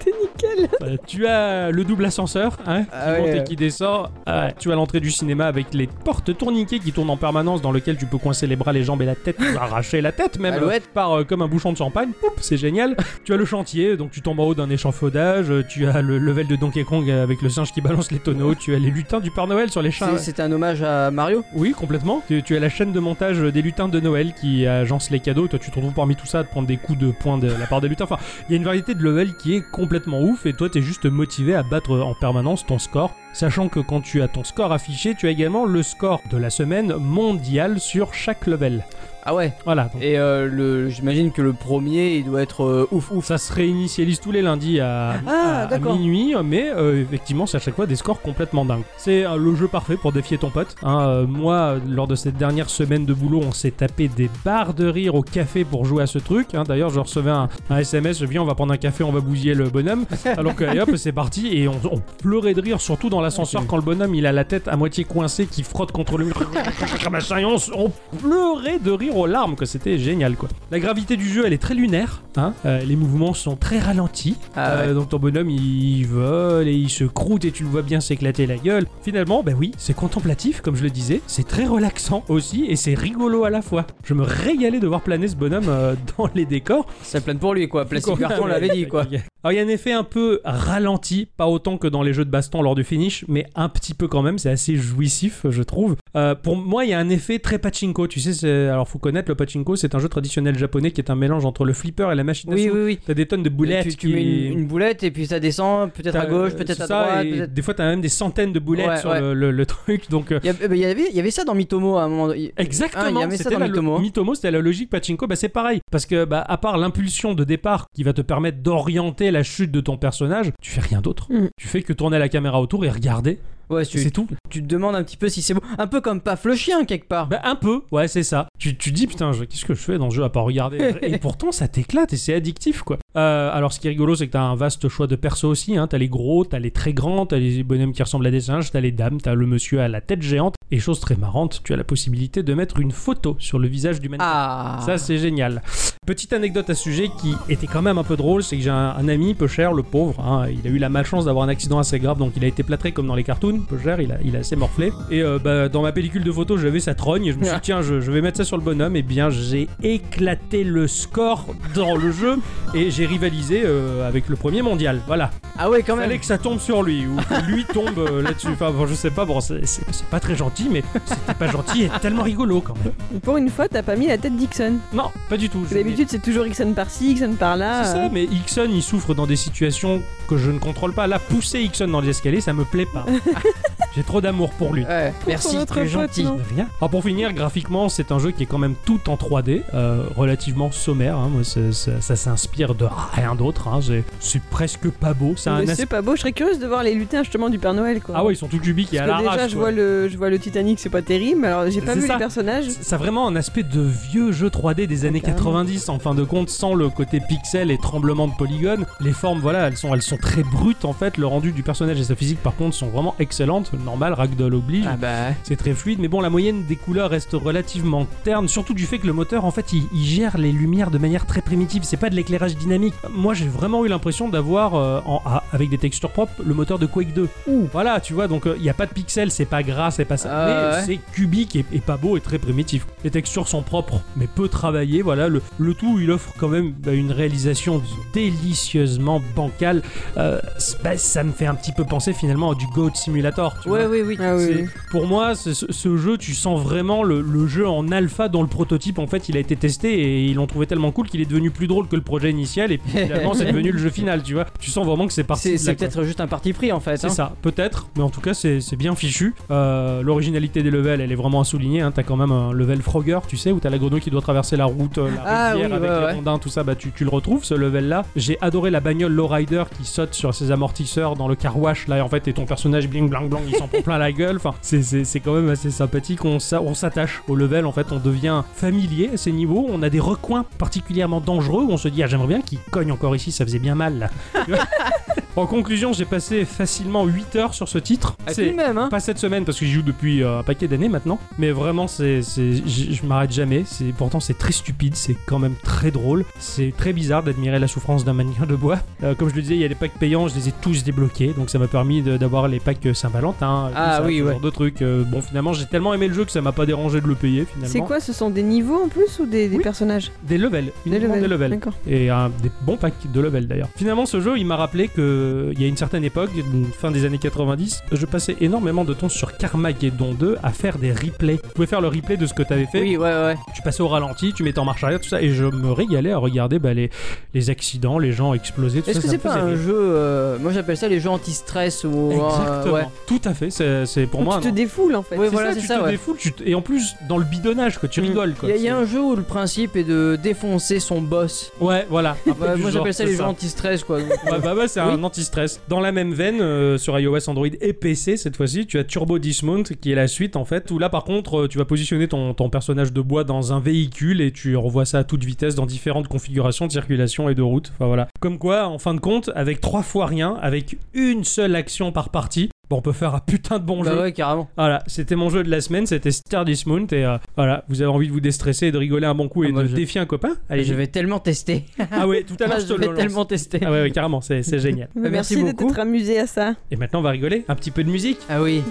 S3: T'es nickel.
S1: euh, tu as le double ascenseur, hein,
S2: Ah
S1: qui monte
S2: ouais.
S6: euh,
S1: et qui descend. Ah ouais. Tu as l'entrée du cinéma avec les portes tourniquées qui tournent en permanence, dans lequel tu peux coincer les bras, les jambes et la tête, (laughs) arracher la tête même.
S6: Alouette.
S1: euh, Par euh, comme un bouchon de champagne, Poup, c'est génial. tu as le chantier, donc tu tombes en haut d'un échafaudage. euh, Tu as le level de Donkey Kong avec le singe qui balance les tonneaux. Tu as les lutins du Père Noël sur les
S6: C'est
S1: chats.
S6: c'est un hommage à Mario
S1: Oui, complètement. Tu, tu as la chaîne de montage des lutins de Noël qui agence les cadeaux. Toi, tu te retrouves parmi tout ça à te prendre des coups de poing de la part des lutins. Enfin, il y a une variété de levels qui est complètement ouf et toi, t'es juste motivé à battre en permanence ton score. Sachant que quand tu as ton score affiché, tu as également le score de la semaine mondial sur chaque level.
S6: Ah ouais.
S1: Voilà. donc
S6: Et euh, le, j'imagine que le premier, il doit être euh, ouf ouf.
S1: Ça se réinitialise tous les lundis à,
S3: Ah,
S1: à- à
S3: d'accord.
S1: minuit, mais euh, effectivement, c'est à chaque fois des scores complètement dingues. C'est euh, le jeu parfait pour défier ton pote. hein. Euh, moi, euh, lors de cette dernière semaine de boulot, on s'est tapé des barres de rire au café pour jouer à ce truc. hein. D'ailleurs, je recevais un, un SMS Viens, on va prendre un café, on va bousiller le
S6: (laughs)
S1: bonhomme. Alors que, allez, hop, c'est parti. Et on, on pleurait de rire, surtout dans l'ascenseur, quand le bonhomme il a la tête à moitié coincée qui frotte contre le mur. Machin, et on, s- on pleurait de rire aux larmes, que c'était génial quoi. La gravité du jeu elle est très lunaire, hein, euh, les mouvements sont très ralentis,
S6: Ah ouais.
S1: Euh, donc ton bonhomme il vole et il se croûte et tu le vois bien s'éclater la gueule. Finalement, ben oui, c'est contemplatif comme je le disais, c'est très relaxant aussi et c'est rigolo à la fois. Je me régalais de voir planer ce bonhomme euh, (laughs) dans les décors.
S6: Ça plaide pour lui quoi. Plastic Bertrand l'avait dit quoi.
S1: Alors il y a un effet un peu ralenti, pas autant que dans les jeux de baston lors du finish, mais un petit peu quand même, c'est assez jouissif je trouve. Euh, pour moi il y a un effet très pachinko, tu sais, c'est- alors faut connaître le pachinko, c'est un jeu traditionnel japonais qui est un mélange entre le flipper et la machine à
S6: Oui,
S1: sous.
S6: oui, oui.
S1: T'as des tonnes de boulettes
S6: tu, tu
S1: qui-
S6: mets une, une boulette et puis ça descend, peut-être à
S1: t'as-
S6: gauche,
S1: euh,
S6: peut-être
S1: c'est
S6: à
S1: ça,
S6: droite.
S1: et
S6: peut-être-
S1: Des fois t'as même des centaines de boulettes
S6: Ouais,
S1: sur
S6: ouais.
S1: Le, le- le truc, donc euh,
S6: Il y, avait- il y avait, il y avait ça dans Mitomo à un moment. il- Ah, il
S1: Exactement,
S6: y avait ça
S1: c'était
S6: dans
S1: la lo-
S6: Mitomo.
S1: Mitomo, c'était la logique Pachinko, bah c'est pareil. Parce que, bah, à part l'impulsion de départ qui va te permettre d'orienter la chute de ton personnage, tu fais rien d'autre.
S3: Mm.
S1: Tu fais que tourner la caméra autour et regarder,
S6: Ouais,
S1: et c'est
S6: tu,
S1: tout.
S6: tu te demandes un petit peu si c'est bon. Un peu comme Paf le chien quelque part.
S1: Bah, un peu, ouais, c'est ça. Tu, tu dis, putain, je- qu'est-ce que je fais dans le jeu à part regarder Et pourtant, ça t'éclate et c'est addictif, quoi. Euh, alors, ce qui est rigolo, c'est que t'as un vaste choix de persos aussi. Hein. T'as les gros, t'as les très grands, t'as les bonhommes qui ressemblent à des singes, t'as les dames, t'as le monsieur à la tête géante. Et chose très marrante, tu as la possibilité de mettre une photo sur le visage du mannequin.
S6: Ah.
S1: Ça, c'est génial. Petite anecdote à ce sujet qui était quand même un peu drôle, c'est que j'ai un, un ami, peu cher, le pauvre. hein, il a eu la malchance d'avoir un accident assez grave, donc il a été plâtré comme dans les
S2: (laughs)
S1: cartoons. Peu cher, il a, il a assez morflé. Et euh, bah, dans ma pellicule de photo, j'avais sa trogne et je me suis dit, tiens, je, je vais mettre ça sur sur le bonhomme, eh bien j'ai éclaté le score dans le jeu et j'ai rivalisé euh, avec le premier mondial. Voilà.
S2: Ah ouais, quand
S1: Il fallait
S2: même.
S1: que ça tombe sur lui ou que lui tombe euh, là-dessus. Enfin, bon, je sais pas, bon, c'est c'est- c'est pas très gentil, mais c'était pas gentil et tellement rigolo quand même.
S3: Pour une fois, t'as pas mis la tête d'Ixon.
S1: Non, pas du tout.
S3: Parce que D'habitude, c'est toujours Ixon par-ci, Ixon par-là.
S1: C'est ça,
S3: euh.
S1: mais Ixon, il souffre dans des situations que je ne contrôle pas. Là, pousser Ixon dans les escaliers, ça me plaît
S3: (laughs)
S1: pas. J'ai trop d'amour pour lui.
S2: Ouais, merci,
S3: notre
S2: t'es
S3: pote,
S2: gentil.
S3: Euh, non.
S1: De rien. Alors pour finir, graphiquement, c'est un jeu qui est quand même tout en 3D, euh, relativement sommaire. hein. Moi, c'est- c'est- ça s'inspire de rien d'autre. hein. C'est- C'est presque pas beau. Ça a un
S3: Mais
S1: aspect-
S3: c'est pas beau, je serais curieuse de voir les lutins justement du Père Noël quoi.
S1: Ah ouais, ils sont tout cubiques et à
S3: Parce que
S1: l'arrache.
S3: déjà, je
S1: quoi.
S3: vois, le, je vois le Titanic, c'est pas terrible. Alors, j'ai pas
S1: C'est
S3: vu
S1: ça.
S3: les personnages.
S1: Ça a vraiment un aspect de vieux jeu 3D des années
S3: carrément.
S1: 90 en fin de compte sans le côté pixel et tremblement de polygones. Les formes voilà, elles sont elles sont très brutes en fait, le rendu du personnage et sa physique par contre sont vraiment excellentes, normal ragdoll oblige.
S2: Ah bah.
S1: C'est très fluide, mais bon, la moyenne des couleurs reste relativement terne, surtout du fait que le moteur, en fait, il, il gère les lumières de manière très primitive. C'est pas de l'éclairage dynamique. Moi, j'ai vraiment eu l'impression d'avoir, euh, en- ah, avec des textures propres, le moteur de Quake 2. Ouh, voilà, tu vois, donc euh, il n'y a pas de pixels, c'est pas gras, c'est pas ça.
S2: Ah,
S1: mais c'est cubique et, et pas beau et très primitif. Les textures sont propres, mais peu travaillées. Voilà, le, le tout, il offre quand même bah, une réalisation délicieusement bancale. Euh, c'est- bah, ça me fait un petit peu penser finalement à du Goat Simulator. Tu vois.
S2: Ouais, oui, oui.
S3: Ah oui,
S1: C'est-
S3: oui.
S1: Pour moi, ce, ce- ce jeu, tu sens vraiment le, le jeu en alpha dont le prototype, en fait, il a été testé et ils l'ont trouvé tellement cool qu'il est devenu plus drôle que le projet initial et puis finalement, c'est devenu le jeu final, tu vois. Tu sens vraiment que c'est parti.
S2: C'est
S1: de
S2: c'est
S1: là, quoi.
S2: peut-être juste un parti pris en fait.
S1: C'est
S2: hein.
S1: ça, peut-être, mais en tout cas, c'est c'est bien fichu. Euh, L'originalité des levels, elle est vraiment à souligner. hein. T'as quand même un level Frogger, tu sais, où t'as la grenouille qui doit traverser la route, euh, la
S2: Ah
S1: rivière
S2: oui,
S1: avec
S2: ouais,
S1: les
S2: ouais.
S1: rondins, tout ça. Bah, tu, tu le retrouves, ce level-là. J'ai adoré la bagnole Lowrider qui saute sur ses amortisseurs dans le car wash. Là, et en fait, et ton personnage, bling, bling, bling, il s'en prend plein la gueule. Enfin, c'est- c'est c'est quand même assez sympathique. On s'a- on s'attache au level, en fait, on devient familier à ces niveaux. On a des recoins particulièrement dangereux où on se dit, ah, j'aimerais bien qu'il cogne encore ici, ça faisait bien mal, là. En conclusion, j'ai passé facilement 8 heures sur ce titre.
S2: Ah, tout de
S1: C'est
S2: même, hein.
S1: pas cette semaine parce que j'y joue depuis euh, un paquet d'années maintenant, mais vraiment c'est, c'est- j- je m'arrête jamais. C'est pourtant c'est très stupide, c'est quand même très drôle, c'est très bizarre d'admirer la souffrance d'un mannequin de bois. (laughs) Euh, comme je le disais, il y a les packs payants, je les ai tous débloqués, donc ça m'a permis de- d'avoir les packs Saint-Valentin, tout
S2: Ah
S1: ça,
S2: oui,
S1: ce
S2: ouais.
S1: genre de trucs. Euh, bon, finalement, j'ai tellement aimé le jeu que ça m'a pas dérangé de le payer finalement.
S3: C'est quoi Ce sont des niveaux en plus ou des, des
S1: Oui.
S3: personnages
S1: Des levels,
S3: Des
S1: uniquement des levels
S3: D'accord.
S1: et un, des bons packs de level d'ailleurs. Finalement, ce jeu, il m'a rappelé que il y a une certaine époque, une fin des années 90, je passais énormément de temps sur Carmageddon 2 à faire des replays. Tu pouvais faire le replay de ce que t'avais fait.
S2: Oui, ouais, ouais.
S1: Tu passais au ralenti, tu mettais en marche arrière, tout ça, et je me régalais à regarder bah, les, les accidents, les gens exploser. Tout
S2: Est-ce
S1: ça,
S2: que
S1: ça
S2: c'est
S1: me
S2: pas
S1: faisait
S2: un
S1: rire.
S2: jeu. euh, moi j'appelle ça les jeux anti-stress ou. euh,
S1: Exactement.
S2: ouais.
S1: Tout à fait. C'est c'est pour
S3: Donc
S1: moi.
S3: tu te
S1: un-
S3: défoules en fait.
S2: Oui,
S1: c'est
S2: voilà,
S1: ça,
S2: c'est
S1: tu
S2: ça,
S1: te
S2: ouais.
S1: défoules, tu te- et en plus dans le bidonnage quoi, tu
S2: Mm.
S1: rigoles quoi.
S2: Il y a- il y, a
S1: C'est-
S2: un jeu où le principe est de défoncer son boss.
S1: Ouais, voilà. un peu
S2: Ouais,
S1: du
S2: moi
S1: genre,
S2: j'appelle ça
S1: c'est
S2: les jeux anti-stress quoi. Donc,
S1: (laughs) Ouais, bah ouais, c'est
S2: Oui.
S1: un anti-stress. Dans la même veine, euh, sur iOS, Android et PC, cette fois-ci, tu as Turbo Dismount, qui est la suite, en fait, où là, par contre, euh, tu vas positionner ton, ton personnage de bois dans un véhicule et tu revois ça à toute vitesse dans différentes configurations de circulation et de route. Enfin, voilà. Comme quoi, en fin de compte, avec trois fois rien, avec une seule action par partie, bon, on peut faire un putain de bon
S2: bah
S1: jeu.
S2: ouais, carrément.
S1: Voilà, c'était mon jeu de la semaine, c'était Star Dismount, et euh, voilà, vous avez envie de vous déstresser et de rigoler un bon coup
S2: Ah,
S1: et
S2: moi,
S1: de
S2: je-
S1: défier un copain Allez,
S2: Et je vais tellement tester.
S1: Ah ouais, tout à l'heure, je te
S2: (laughs) je
S1: le
S2: vais
S1: lance.
S2: tellement tester.
S1: Ah ouais, ouais, carrément, c'est c'est génial.
S3: Mais
S2: Merci
S3: Merci, de
S2: beaucoup.
S3: t'être amusé à ça.
S1: Et maintenant, on va rigoler. Un petit peu de musique.
S2: Ah oui.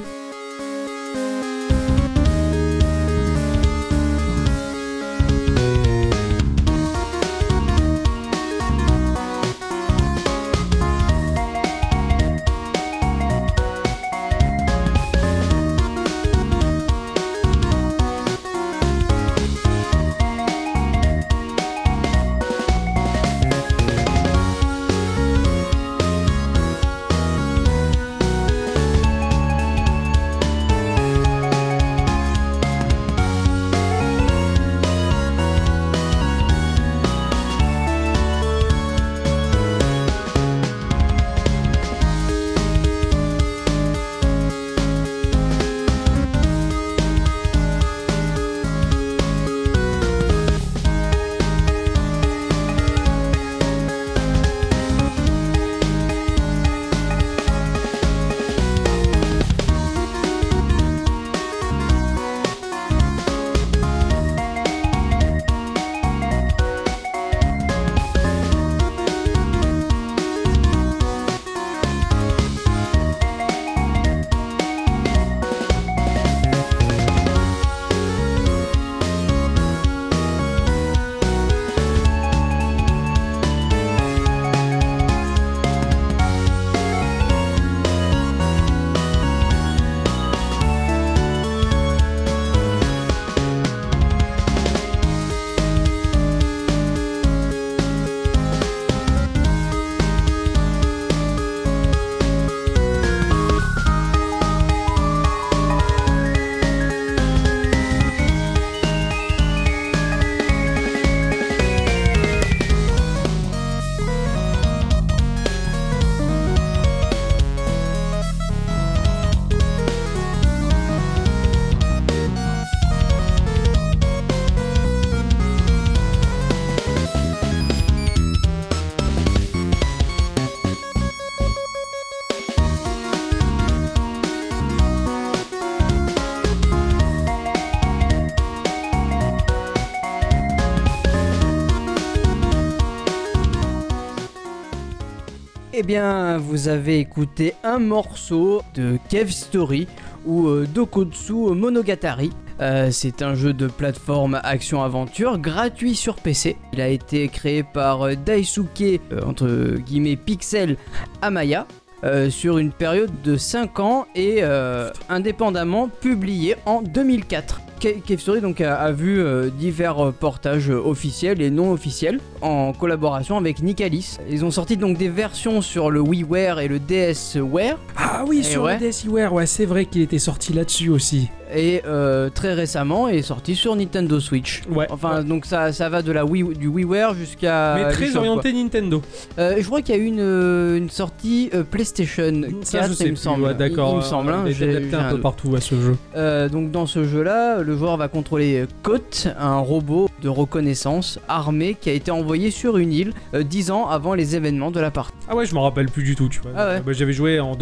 S2: Eh bien, vous avez écouté un morceau de Cave Story ou euh, Dokotsu Monogatari. Euh, c'est un jeu de plateforme action-aventure gratuit sur PC. Il a été créé par euh, Daisuke, euh, entre guillemets Pixel Amaya, euh, sur une période de 5 ans et euh, indépendamment publié en 2004. Ca- Cave Story donc a, a vu euh, divers euh, portages euh, officiels et non officiels en collaboration avec Nicalis. Ils ont sorti donc des versions sur le WiiWare et le DSWare
S1: Ah oui,
S2: Et
S1: sur
S2: Eh ouais.
S1: le DSiWare, ouais, c'est vrai qu'il était sorti là-dessus aussi.
S2: et euh, très récemment est sorti sur Nintendo Switch.
S1: Ouais.
S2: Enfin donc ça, ça va de la Wii, du WiiWare jusqu'à
S1: mais très
S2: l'eShop,
S1: orienté Nintendo.
S2: quoi. Euh, je crois qu'il y a eu une, euh, une sortie euh, PlayStation 4
S1: Ça, je sais
S2: il me
S1: plus,
S2: semble.
S1: ouais, d'accord.
S2: Il, il me
S1: euh,
S2: semble. hein,
S1: il est
S2: j'ai-
S1: adapté
S2: j'ai
S1: un
S2: un
S1: peu
S2: doute.
S1: partout à ce jeu.
S2: Euh, donc dans ce jeu-là, le joueur va contrôler Cote, un robot de reconnaissance armé qui a été envoyé sur une île euh, 10 ans avant les événements de la partie.
S1: Ah ouais, je m'en rappelle plus du tout, tu vois.
S2: Ah ouais.
S1: Bah, j'avais joué en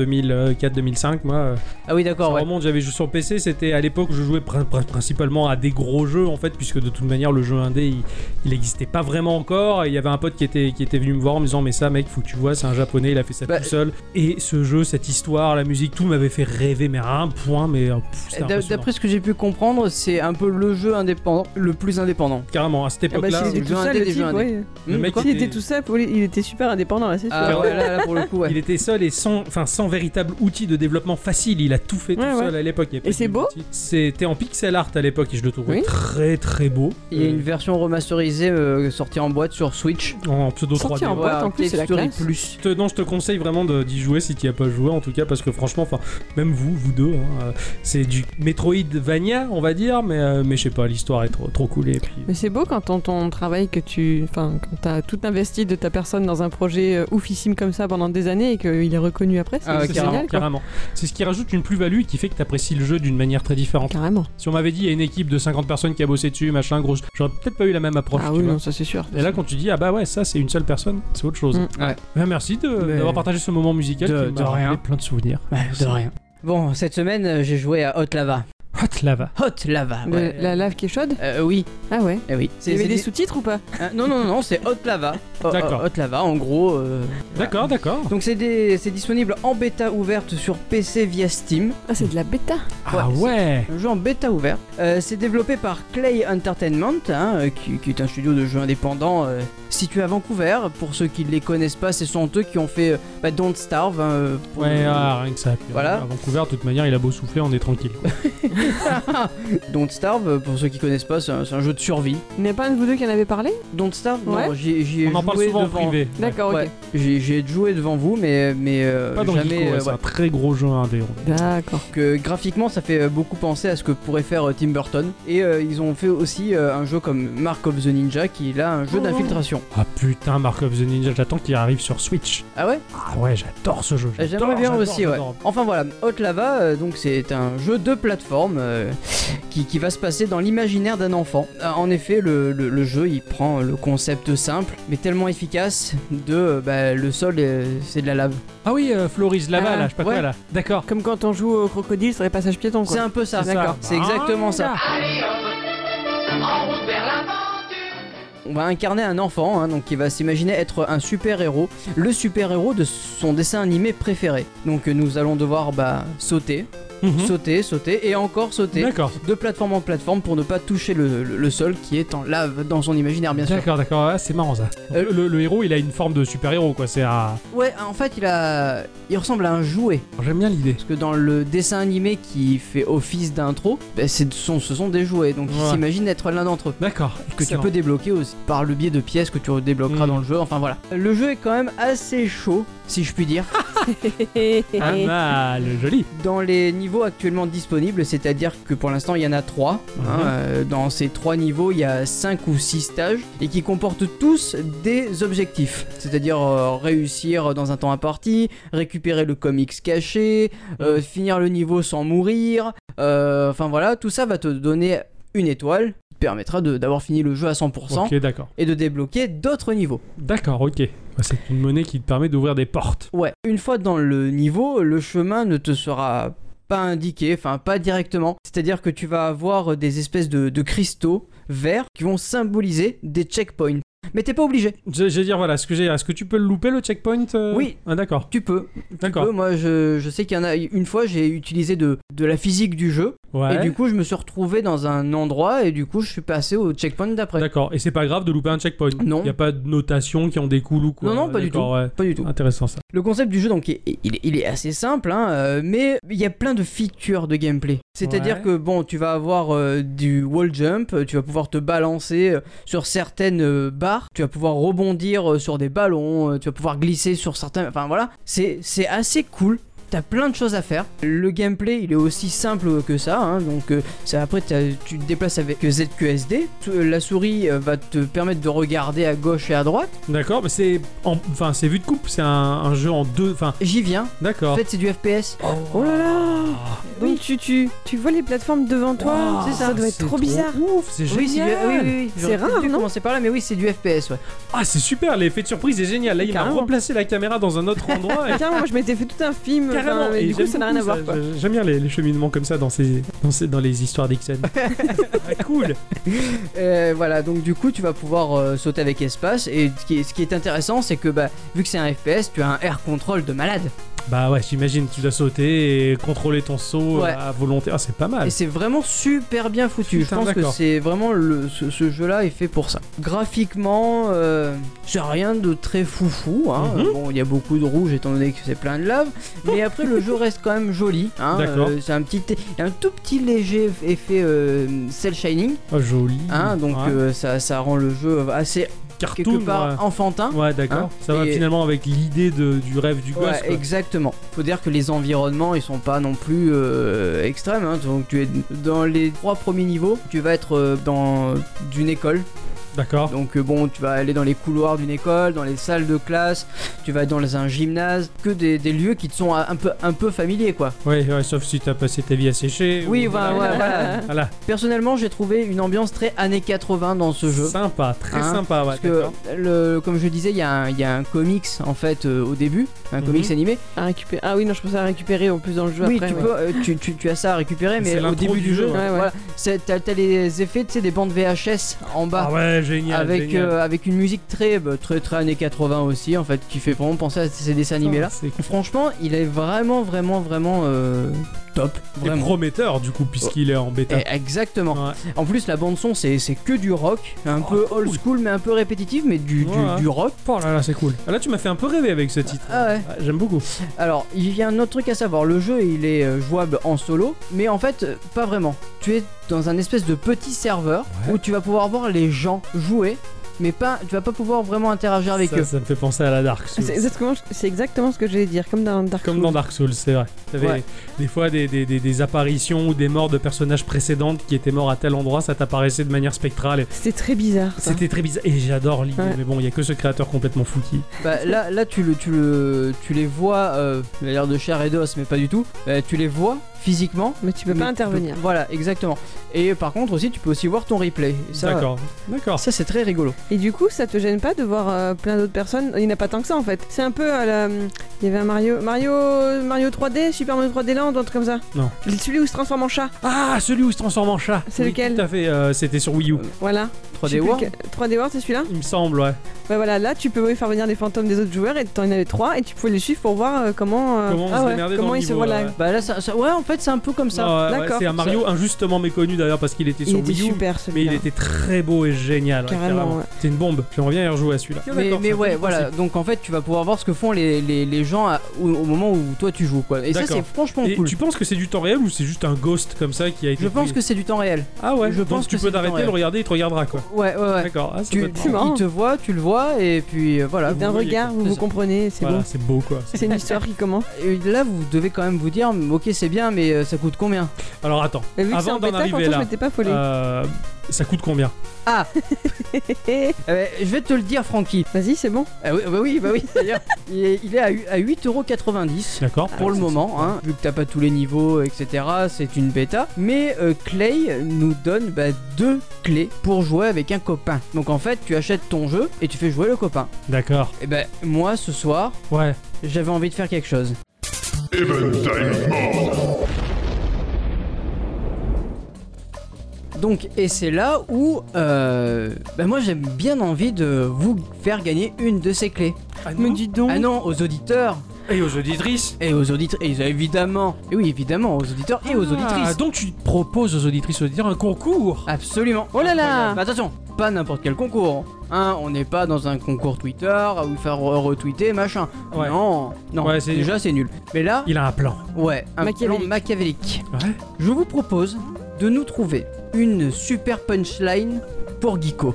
S1: 2004-2005, moi. euh,
S2: Ah oui d'accord,
S1: ça
S2: ouais.
S1: remonte, j'avais joué sur PC, c'était à l'époque je jouais prin- prin- principalement à des gros jeux en fait, puisque de toute manière le jeu indé il- il n'existait pas vraiment encore. Et Il y avait un pote qui était, qui était venu me voir en me disant Mais ça, mec, faut que tu vois, c'est un japonais, il a fait ça
S2: Bah,
S1: tout seul. Et ce jeu, cette histoire, la musique, tout m'avait fait rêver, mais à un point, mais euh, pff, c'était
S2: D'a-
S1: impressionnant.
S2: D'après ce que j'ai pu comprendre, c'est un peu le jeu indépendant, le plus indépendant.
S1: Carrément, à cette
S3: Ah bah,
S1: époque-là,
S2: c'est
S3: s'il
S2: des
S3: était
S2: jeux
S3: tout seul,
S2: indés,
S3: le
S2: des jeux
S3: type,
S2: indés.
S3: ouais.
S1: le
S2: Hmm,
S1: mec
S2: quoi
S3: S'il
S1: était-
S3: était tout seul, oui, il était super indépendant, là, c'est sûr.
S2: Ah ouais, là, là, pour le coup, ouais.
S1: (laughs) Il était seul et sans, enfin, sans véritable outil de développement facile. Il a tout fait tout
S3: Ouais, ouais.
S1: seul à l'époque. Il y avait
S3: Et
S1: pas
S3: c'est
S1: de
S3: beau
S1: outil. C'était en pixel art à l'époque et je le trouvais
S3: Oui.
S1: très très beau.
S2: Il y a
S1: Euh,
S2: une version remasterisée euh, sortie en boîte sur Switch.
S1: en pseudo 3D.
S3: Sorti en
S1: ouais.
S3: boîte,
S2: Voilà,
S3: en plus, c'est la
S2: Story
S3: classe.
S2: plus.
S1: Je te- non, je te conseille vraiment de- d'y jouer si tu n'y as pas joué, en tout cas, parce que franchement, enfin, même vous, vous deux, hein, euh, c'est du Metroidvania, on va dire, mais, euh, mais je sais pas, l'histoire est trop, trop cool. Et puis,
S3: Mais c'est beau quand ton, ton travail que tu. Enfin, quand t'as tout investi de ta personne dans un projet euh, oufissime comme ça pendant des années et qu'il est reconnu après, c'est
S2: Ah ouais,
S3: c'est
S2: carrément,
S3: génial. quoi.
S1: carrément. C'est ce qui rajoute une plus-value et qui fait que tu apprécies le jeu d'une manière très différente.
S3: Carrément.
S1: Si on m'avait dit, il y a une équipe de 50 personnes qui a bossé dessus, machin, gros, j'aurais peut-être pas eu la même approche.
S3: Ah
S1: tu
S3: oui,
S1: vois.
S3: non, ça c'est sûr.
S1: Et là, quand tu dis, ah bah ouais, ça c'est une seule personne, c'est autre chose.
S3: Mm.
S2: Ouais.
S1: Ben, merci de-
S2: Mais-
S1: d'avoir partagé ce moment musical
S2: De-
S1: qui
S2: de
S1: m'a rappelé
S2: rien.
S1: plein de souvenirs.
S2: de rien. Bon, cette semaine, euh, j'ai joué à Hot Lava.
S1: Hot lava.
S2: Hot Lava,
S3: Le-
S2: ouais.
S3: La lave qui est chaude
S2: Euh, oui,
S3: Ah ouais.
S2: eh oui.
S3: Il y avait des
S2: des-
S3: sous-titres ou pas
S2: Ah, non, non, non, c'est Hot
S1: (laughs)
S2: Lava. Oh,
S1: D'accord.
S2: oh, Hot Lava, en gros. euh,
S1: D'accord, d'accord.
S2: Donc c'est des- c'est disponible en bêta ouverte sur PC via Steam.
S3: Ah, c'est de la bêta
S1: Ah ouais.
S2: Un jeu en bêta ouverte. Euh, c'est développé par Clay Entertainment, hein, euh, qui, qui est un studio de jeux indépendant euh, situé à Vancouver. Pour ceux qui ne les connaissent pas, ce sont eux qui ont fait euh, bah, Don't Starve. hein, euh, pour-
S1: Ouais, ah, rien que ça. Puis,
S2: Voilà.
S1: euh, À Vancouver, de toute manière, il a beau souffler, on est tranquille. quoi.
S2: Don't Starve, euh, pour ceux qui connaissent pas, c'est un, c'est un jeu de survie.
S3: Il n'y a pas un de vous deux qui en avait parlé
S2: Don't Starve, non,
S3: Ouais.
S2: j'y j'y ai
S1: on en parle
S2: joué
S1: souvent
S2: devant.
S1: en privé.
S3: D'accord,
S2: Ouais,
S3: ok.
S2: j'ai j'ai joué devant vous, mais, mais euh,
S1: Ouais. Pas dans
S2: jamais.
S1: Geeko, ouais,
S2: euh,
S1: c'est
S2: ouais.
S1: un très gros jeu indé. on-
S3: D'accord.
S2: que graphiquement ça fait euh, beaucoup penser à ce que pourrait faire euh, Tim Burton et euh, ils ont fait aussi euh, un jeu comme Mark of the Ninja qui est là un jeu
S3: Oh.
S2: d'infiltration.
S1: Ah putain, Mark of the Ninja, j'attends qu'il arrive sur Switch.
S2: Ah ouais
S1: Ah ouais, j'adore ce jeu. j'adore,
S2: J'aimerais bien
S1: j'adore,
S2: aussi ouais.
S1: j'adore.
S2: Enfin voilà, Hot Lava euh, donc c'est un jeu de plateforme euh, qui, qui va se passer dans l'imaginaire d'un enfant. Ah, En effet le, le- le jeu il prend le concept simple mais tellement efficace de euh, bah, le sol euh, c'est de la lave.
S1: Ah oui, euh, Floris Lava,
S3: Ah,
S1: là, je sais pas quoi,
S2: ouais.
S1: là. D'accord.
S3: Comme quand on joue au crocodile sur les passages piétons,
S2: C'est
S3: quoi.
S2: un peu ça,
S1: C'est ça. Ah,
S2: C'est exactement ça. On va incarner un enfant hein, donc qui va s'imaginer être un super-héros, le super-héros de son dessin animé préféré. Donc euh, nous allons devoir bah, sauter,
S1: Mhm.
S2: sauter, sauter et encore sauter
S1: D'accord.
S2: de plateforme en plateforme pour ne pas toucher le, le- le sol qui est en lave dans son imaginaire bien sûr.
S1: D'accord, d'accord, ah, c'est marrant ça.
S2: Euh,
S1: le, le héros, il a une forme de super-héros, quoi. C'est un-
S2: Ouais, en fait, il a il ressemble à un jouet
S1: J'aime bien l'idée.
S2: parce que dans le dessin animé qui fait office d'intro, bah, c'est- ce sont- ce sont des jouets donc il
S1: Ouais.
S2: s'imagine être l'un d'entre eux.
S1: D'accord.
S2: que tu
S1: excellent.
S2: peux débloquer aussi par le biais de pièces que tu débloqueras
S1: Mm.
S2: dans le jeu. Enfin voilà. Le jeu est quand même assez chaud, si je puis dire,
S1: Pas Ah, mal, joli.
S2: (laughs) dans les niveaux actuellement disponibles. C'est-à-dire que pour l'instant, il y en a 3.
S1: Mhm.
S2: dans ces 3 niveaux, il y a 5 ou 6 stages et qui comportent tous des objectifs. C'est-à-dire euh, réussir dans un temps imparti, récupérer le comics caché, euh, finir le niveau sans mourir. Euh, Enfin voilà, tout ça va te donner une étoile qui te permettra de- d'avoir fini le jeu à 100%.
S1: Ok, d'accord.
S2: et de débloquer d'autres niveaux.
S1: D'accord, ok. Bah, C'est une monnaie qui te permet d'ouvrir des portes.
S2: Ouais, une fois dans le niveau, le chemin ne te sera pas indiqué, enfin pas directement. C'est-à-dire que tu vas avoir des espèces de, de cristaux verts qui vont symboliser des checkpoints. Mais t'es pas obligé.
S1: Je- J'allais dire, voilà, ce que j'ai. Est-ce que tu peux le louper le checkpoint euh
S2: Oui.
S1: Ah, d'accord.
S2: Tu peux. Tu peux.
S1: D'accord.
S2: Moi, je, je sais qu'il y en a. Une fois, j'ai utilisé de, de la physique du jeu.
S1: Ouais.
S2: Et du coup, je me suis retrouvé dans un endroit et du coup, je suis passé au checkpoint d'après.
S1: D'accord. Et c'est pas grave de louper un checkpoint.
S2: Non.
S1: Il y a pas de notation qui en découle ou quoi.
S2: Non, non, pas du
S1: D'accord, ouais.
S2: Pas du tout.
S1: Intéressant ça.
S2: Le concept du jeu, donc, est- il est, il est assez simple, hein, euh, mais il y a plein de features de gameplay. C'est-à-dire
S1: Ouais.
S2: que, bon, tu vas avoir euh, du wall jump, euh, tu vas pouvoir te balancer euh, sur certaines euh, barres, tu vas pouvoir rebondir euh, sur des ballons, euh, tu vas pouvoir glisser sur certains... Enfin, voilà, c'est c'est assez cool. T'as plein de choses à faire. Le gameplay, il est aussi simple que ça. hein, donc, euh, ça, après, t'as- tu te déplaces avec ZQSD. Tu- La souris euh, va te permettre de regarder à gauche et à droite.
S1: D'accord, mais c'est en- enfin c'est vu de coupe, c'est un, un jeu en deux. Enfin,
S2: J'y viens. En
S1: d'accord.
S2: fait, c'est du FPS.
S3: Oh là là Donc tu, tu, tu vois les plateformes devant toi,
S1: Wow,
S3: Oh, c'est ça, ça doit être
S1: c'est
S3: trop bizarre.
S1: Ouf, c'est génial.
S2: Oui, c'est du... oui, oui, oui.
S3: C'est
S2: J'aurais peut-être
S3: rare,
S2: dû
S3: non
S2: commencer par là, mais oui, c'est du FPS, ouais.
S1: Ah, c'est super, l'effet de surprise est génial. Là, il a
S3: Carrément.
S1: replacé la caméra dans un autre
S3: (laughs)
S1: endroit. et-
S3: Putain, moi je m'étais fait tout un film, enfin,
S1: Carrément,
S3: mais
S1: et
S3: du coup
S1: j'aime
S3: ça n'a rien à
S1: beaucoup
S3: voir. quoi.
S1: J'a- J'aime bien les, les cheminements comme ça dans ces dans, ces- dans les histoires
S3: (laughs)
S1: d'Ixon. Ah, cool.
S2: Euh, voilà, donc du coup, tu vas pouvoir euh, sauter avec espace. Et ce qui est, ce qui est intéressant, c'est que bah, vu que c'est un FPS, tu as un air control de malade.
S1: Bah ouais, j'imagine tu dois sauter et contrôler ton saut
S2: Ouais.
S1: à volonté. Ah, c'est pas mal.
S2: Et c'est vraiment super bien foutu.
S1: Putain,
S2: Je pense que
S1: d'accord.
S2: c'est vraiment le, ce, ce jeu-là est fait pour ça. Graphiquement, euh, c'est rien de très foufou. Hein.
S1: Mhm.
S2: Euh, Bon, il y a beaucoup de rouge étant donné que c'est plein de lave. (laughs) Mais après, le jeu reste quand même joli. Hein.
S1: D'accord.
S2: Euh, c'est un petit, un tout petit léger effet euh, cel shining.
S1: Ah, joli.
S2: Hein, donc
S1: Ouais.
S2: euh, ça, ça rend le jeu euh, assez quelque
S1: Cartoon,
S2: part enfantin.
S1: ouais. Ouais, d'accord.
S2: Hein,
S1: ça va
S2: et-
S1: finalement avec l'idée de- du rêve du gosse.
S2: Ouais,
S1: quoi.
S2: exactement. Faut dire que les environnements ils sont pas non plus euh, extrêmes. hein. Donc tu es dans les trois premiers niveaux, tu vas être euh, dans d'une école.
S1: D'accord.
S2: Donc euh, bon, tu vas aller dans les couloirs d'une école, dans les salles de classe, tu vas être dans un gymnase, que des, des lieux qui te sont euh, un peu un peu familiers quoi.
S1: Ouais, ouais, sauf si t'as passé ta vie à sécher.
S2: Oui,
S1: ou-
S2: voilà, voilà, voilà.
S1: Ah, Voilà,
S2: Personnellement, j'ai trouvé une ambiance très années 80 dans ce jeu.
S1: sympa, très
S2: Hein,
S1: sympa. Ouais,
S2: Parce que,
S1: d'accord.
S2: le, comme je le disais, il y, a un- il y a un comics en fait euh, au début, un
S1: Mhm.
S2: comics animé.
S3: (laughs) À récupérer. Ah oui, non, je pensais à récupérer en plus dans le jeu
S2: oui,
S3: après.
S2: tu,
S3: ouais.
S2: peux, euh, tu, tu- tu as ça à récupérer,
S1: C'est
S2: mais au
S1: l'intro
S2: début
S1: du
S2: du
S1: jeu,
S2: jeu,
S1: ouais.
S3: Ouais, ouais.
S2: voilà, c'est- t'as t'as les effets, tu sais, des bandes VHS en
S1: Ah
S2: bas.
S1: ouais, génial.
S2: bah, Avec,
S1: génial.
S2: euh, avec une musique très, bah, très très années 80 aussi en fait qui fait vraiment penser à ces dessins animés là.
S1: C'est
S2: Franchement il est vraiment vraiment vraiment euh, top.
S1: c'est
S2: Vraiment.
S1: prometteur du coup, puisqu'il est en bêta.
S2: Eh, Exactement.
S1: Ouais.
S2: En plus la bande son c'est c'est que du rock, un
S1: Oh,
S2: peu
S1: cool.
S2: old school mais un peu répétitif mais du, du-
S1: Ouais.
S2: du rock.
S1: Oh là là, c'est cool. Ah, Là, tu m'as fait un peu rêver avec ce titre.
S2: Ah ouais.
S1: J'aime beaucoup.
S2: Alors, il y a un autre truc à savoir, le jeu il est euh, jouable en solo, mais en fait euh, pas vraiment. Tu es dans un espèce de petit serveur
S1: Ouais.
S2: où tu vas pouvoir voir les gens jouer, mais pas, tu vas pas pouvoir vraiment interagir avec
S1: ça,
S2: eux.
S1: ça me fait penser à la Dark
S3: Ah,
S1: Souls.
S3: C'est exactement, c'est exactement ce que j'allais dire, comme dans Dark
S1: Comme
S3: Souls.
S1: dans Dark Souls, c'est vrai. T'avais
S2: Ouais.
S1: des fois des, des- des- des apparitions ou des morts de personnages précédentes qui étaient morts à tel endroit, ça t'apparaissait de manière spectrale. et
S3: C'était très bizarre. ça.
S1: C'était très bizarre. Et j'adore l'idée,
S3: Ouais.
S1: mais bon, il y a que ce créateur complètement fou qui.
S2: Bah, là, là tu, le, tu, le, tu les vois, euh, il a l'air de chair et d'os, mais pas du tout. Euh, tu les vois physiquement.
S3: Mais tu peux
S2: mais
S3: pas intervenir.
S2: Voilà, exactement. Et par contre aussi, tu peux aussi voir ton replay. Et ça,
S1: D'accord. D'accord.
S2: Ça c'est très rigolo.
S3: Et du coup, ça te gêne pas de voir euh, plein d'autres personnes Il n'y en a pas tant que ça en fait. C'est un peu à la. Il y avait un Mario. Mario. Mario 3D, Super Mario 3D Land, un truc comme ça.
S1: Non.
S3: Celui où il se transforme en chat.
S1: Ah, celui où il se transforme en chat.
S3: C'est
S1: Oui,
S3: lequel
S1: Tout à fait. euh, C'était sur Wii U,
S3: Voilà. Je sais
S2: 3D
S3: plus
S2: World.
S3: lequel- 3D World, c'est celui-là
S1: il me semble, ouais.
S3: Ouais, voilà, là tu peux faire venir les fantômes des autres joueurs et t'en avais trois et tu pouvais les suivre pour voir euh, comment. euh,
S1: Comment on
S3: ah
S1: se
S3: ouais,
S1: démerdait dans
S3: comment
S1: le euh,
S3: ils se
S1: niveau,
S3: voilà.
S1: ouais, ouais.
S2: Bah là, ça, ça- ouais, en fait, c'est un peu comme ça.
S1: Ah, ouais, ouais,
S3: D'accord.
S1: c'est un Mario injustement méconnu d'ailleurs parce qu'il était
S3: Il
S1: sur
S3: était
S1: Wii U.
S3: super
S1: Mais
S3: celui-là.
S1: il était très beau et génial. ouais,
S3: Carrément, ouais.
S1: C'est une bombe. J'aimerais bien y rejouer à celui-là.
S2: Mais,
S1: D'accord,
S2: mais
S1: c'est un peu
S2: ouais,
S1: le
S2: voilà.
S1: principe.
S2: Donc en fait, tu vas pouvoir voir ce que font les, les, les gens à- au, au moment où toi tu joues, quoi. Et ça,
S1: D'accord.
S2: c'est franchement
S1: Et
S2: cool.
S1: tu penses que c'est du temps réel ou c'est juste un ghost comme ça qui a été.
S2: Je pense
S1: pris
S2: que c'est du temps réel.
S1: Ah ouais,
S2: je
S1: donc
S2: pense
S1: tu
S2: que
S1: peux
S2: c'est du temps
S1: t'arrêter,
S2: réel.
S1: le regarder, il te regardera quoi.
S2: Ouais, ouais, ouais.
S1: D'accord, ah, ça peut
S2: Tu,
S1: être
S2: tu-
S3: C'est marrant.
S2: il te voit, tu le vois, et puis euh, voilà.
S3: Et D'un
S1: Vous voyez,
S3: regard, vous
S2: c'est
S3: vous
S2: ça.
S3: comprenez, c'est
S1: voilà,
S3: bon.
S1: c'est beau quoi.
S3: C'est une histoire qui commence.
S2: Et là, vous devez quand même vous dire, ok, c'est bien, mais euh, ça coûte combien
S1: Alors attends,
S3: Mais vu que c'est
S1: avant
S3: en
S1: d'en
S3: bêta,
S1: arriver
S3: Quentin, je
S1: là,
S3: m'étais pas folée.
S1: euh, ça coûte combien
S3: Eh,
S2: Euh, Je vais te le dire, Francky.
S3: Vas-y, c'est bon.
S2: Ah oui, bah oui, bah oui. D'ailleurs, (laughs) il est, il est à, hu- à 8,90€.
S1: D'accord
S2: Pour le moment, hein, vu que t'as pas tous les niveaux, etc., c'est une bêta. Mais euh, Clay nous donne bah, deux clés pour jouer avec un copain. Donc en fait, tu achètes ton jeu et tu fais jouer le copain.
S1: D'accord,
S2: Et ben moi, ce soir,
S1: ouais.
S2: j'avais envie de faire quelque chose. Donc, et c'est là où euh, bah, moi j'aime bien envie de vous faire gagner une de ces clés.
S1: Ah non
S3: Mais dis donc.
S2: Ah non, aux auditeurs
S5: Et aux auditrices
S2: et aux auditeurs, et évidemment, et oui, évidemment, aux auditeurs et aux
S1: Ah,
S2: auditrices. Ah.
S1: donc tu proposes aux auditrices et auditeurs un concours
S2: Absolument.
S3: Oh là là
S2: Mais attention, pas n'importe quel concours. Hein, on n'est pas dans un concours Twitter où il faut re- retweeter machin.
S1: Ouais.
S2: Non, non.
S1: Ouais, c'est-
S2: déjà c'est nul. Mais là,
S1: Il a un plan.
S2: ouais, un
S3: Machiavélique.
S2: plan machiavélique.
S1: Ouais.
S2: Je vous propose de nous trouver une super punchline pour Geeko.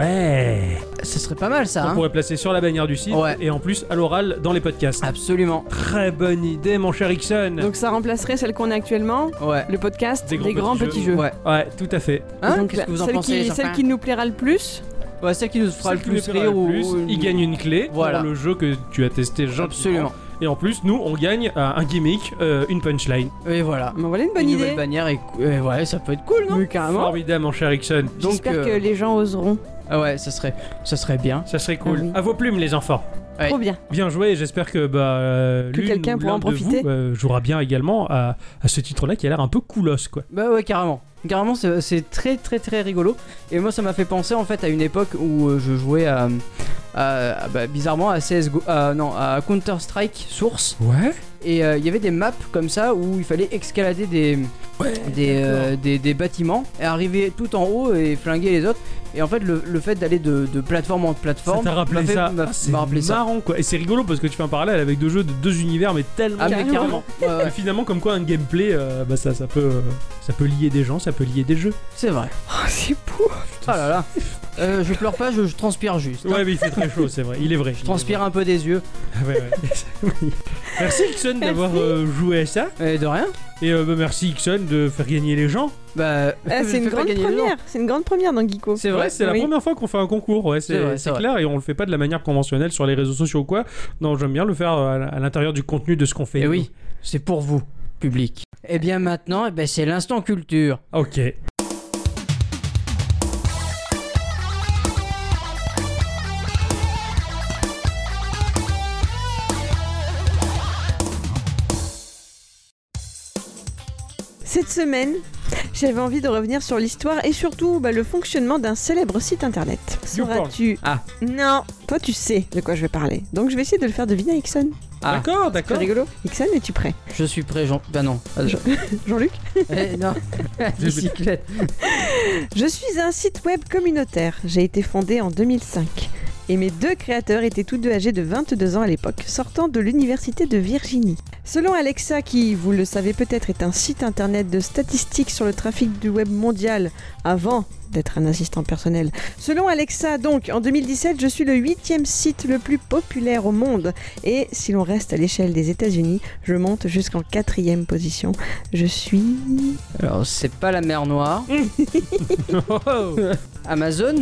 S1: Ouais.
S2: Ça serait pas mal ça.
S1: On
S2: hein
S1: pourrait placer sur la bannière du site
S2: Ouais. Ah.
S1: et en plus à l'oral dans les podcasts.
S2: Absolument.
S1: Très bonne idée, mon cher Ixon.
S3: Donc ça remplacerait celle qu'on a actuellement,
S2: Ouais.
S3: le podcast
S1: Des grands
S3: des,
S1: petits
S3: grands
S1: jeux.
S3: petits jeux.
S2: Ouais.
S1: Ouais, tout à fait.
S2: Hein
S3: Donc
S2: Qu'est-ce que vous en
S3: celle
S2: pensez
S3: qui,
S2: les
S3: celle
S2: enfants
S3: qui nous plaira le plus,
S2: Ouais, celle qui nous fera le
S1: Celle qui nous
S2: plus
S1: plaira
S2: rire
S1: le
S2: ou-
S1: plus,
S2: ou-
S1: Il gagne une clé
S2: Voilà.
S1: pour le jeu que tu as testé gentiment.
S2: Absolument.
S1: Et en plus, nous, on gagne euh, un gimmick, euh, une punchline.
S2: Et voilà.
S3: Mais ah, ben voilà une bonne
S2: une
S3: idée.
S2: nouvelle bannière et, cou- et ouais, ça peut être cool, non
S3: Mais carrément.
S1: Formidable, mon cher Ixon.
S2: donc,
S3: J'espère
S2: euh,
S3: que les gens oseront.
S2: Ah ouais, ça serait, ça serait bien.
S1: Ça serait cool.
S3: Ah oui.
S1: À vos plumes, les enfants.
S2: ouais.
S3: Trop bien.
S1: Bien joué, j'espère que, bah, euh,
S3: Que
S1: l'une
S3: quelqu'un
S1: ou
S3: pourra
S1: l'un
S3: en
S1: de
S3: profiter.
S1: vous, euh, jouera bien également à, à ce titre-là qui a l'air un peu coolos, quoi.
S2: Bah ouais, carrément. Carrément, c'est c'est très très très rigolo. Et moi, ça m'a fait penser en fait à une époque où euh, je jouais à, à- à- bah, bizarrement à CSGO, à- non, à Counter Strike Source.
S1: Ouais.
S2: Et euh, il y avait des maps comme ça où il fallait escalader des des, euh, des, des bâtiments et arriver tout en haut et flinguer les autres. Et en fait, le, le fait d'aller de, de plateforme en
S1: Ça
S2: plateforme,
S1: t'a rappelé
S2: m'a fait-
S1: ça.
S2: m'a-
S1: Ah, C'est
S2: m'a rappelé ça.
S1: marrant, quoi. Et c'est rigolo parce que tu fais un parallèle avec deux jeux de deux univers, mais tellement.
S2: ah mais carrément. Ouais,
S1: Et
S2: ouais,
S1: finalement, comme quoi un gameplay, euh, bah ça, ça peut, euh, ça peut lier des gens, ça peut lier des jeux.
S2: c'est vrai.
S3: (laughs) Oh, c'est beau.
S2: Ah là là. Euh, je pleure pas, je, je transpire juste. hein.
S1: Ouais, mais il fait très chaud, c'est vrai. Il est vrai.
S2: Je transpire un peu des yeux.
S1: Ah Ouais, ouais.
S3: (laughs)
S1: Oui. merci Ixon d'avoir euh, joué à ça.
S2: Et de rien.
S1: Et euh, bah, merci Ixon de faire gagner les gens.
S2: Bah, (laughs)
S3: Ah,
S2: je
S3: c'est une
S2: fais pas
S3: grande
S2: gagner les gens.
S3: première. C'est une grande première dans Geeko.
S2: C'est vrai.
S1: Ouais, c'est la
S3: Oui.
S1: première fois qu'on fait un concours, ouais,
S2: C'est
S1: c'est
S2: vrai,
S1: c'est
S2: c'est
S1: clair, et on le fait pas de la manière conventionnelle sur les réseaux sociaux ou quoi. Non, j'aime bien le faire euh, à l- à l'intérieur du contenu de ce qu'on
S3: Eh
S1: fait.
S2: Et Eh oui, c'est pour vous, public. Et bien maintenant, eh ben, c'est l'instant culture.
S1: Ah, Ok.
S3: Cette semaine, j'avais envie de revenir sur l'histoire et surtout bah, le fonctionnement d'un célèbre site internet.
S1: YouPorn.
S3: Sauras-tu
S2: Ah.
S3: Non. Toi, tu sais de quoi je vais parler. Donc, je vais essayer de le faire deviner à Ixon.
S2: Ah,
S1: D'accord,
S3: C'est
S1: d'accord.
S3: rigolo. Ixon, es-tu prêt
S2: je suis prêt, Jean. Bah
S3: (laughs)
S2: non. Ah, je-
S3: Jean-Luc
S2: Eh, (laughs) non. Bicyclette.
S3: Je suis un site web communautaire. J'ai été fondé en 2005. Et mes deux créateurs étaient tous deux âgés de 22 ans à l'époque, sortant de l'université de Virginie. Selon Alexa, qui, vous le savez peut-être, est un site internet de statistiques sur le trafic du web mondial avant d'être un assistant personnel. Selon Alexa, donc, en 2017, je suis le huitième site le plus populaire au monde. Et si l'on reste à l'échelle des États-Unis, je monte jusqu'en quatrième position. Je suis...
S2: Alors, c'est pas la mer
S3: (laughs)
S2: Noire.
S1: Oh.
S2: Amazon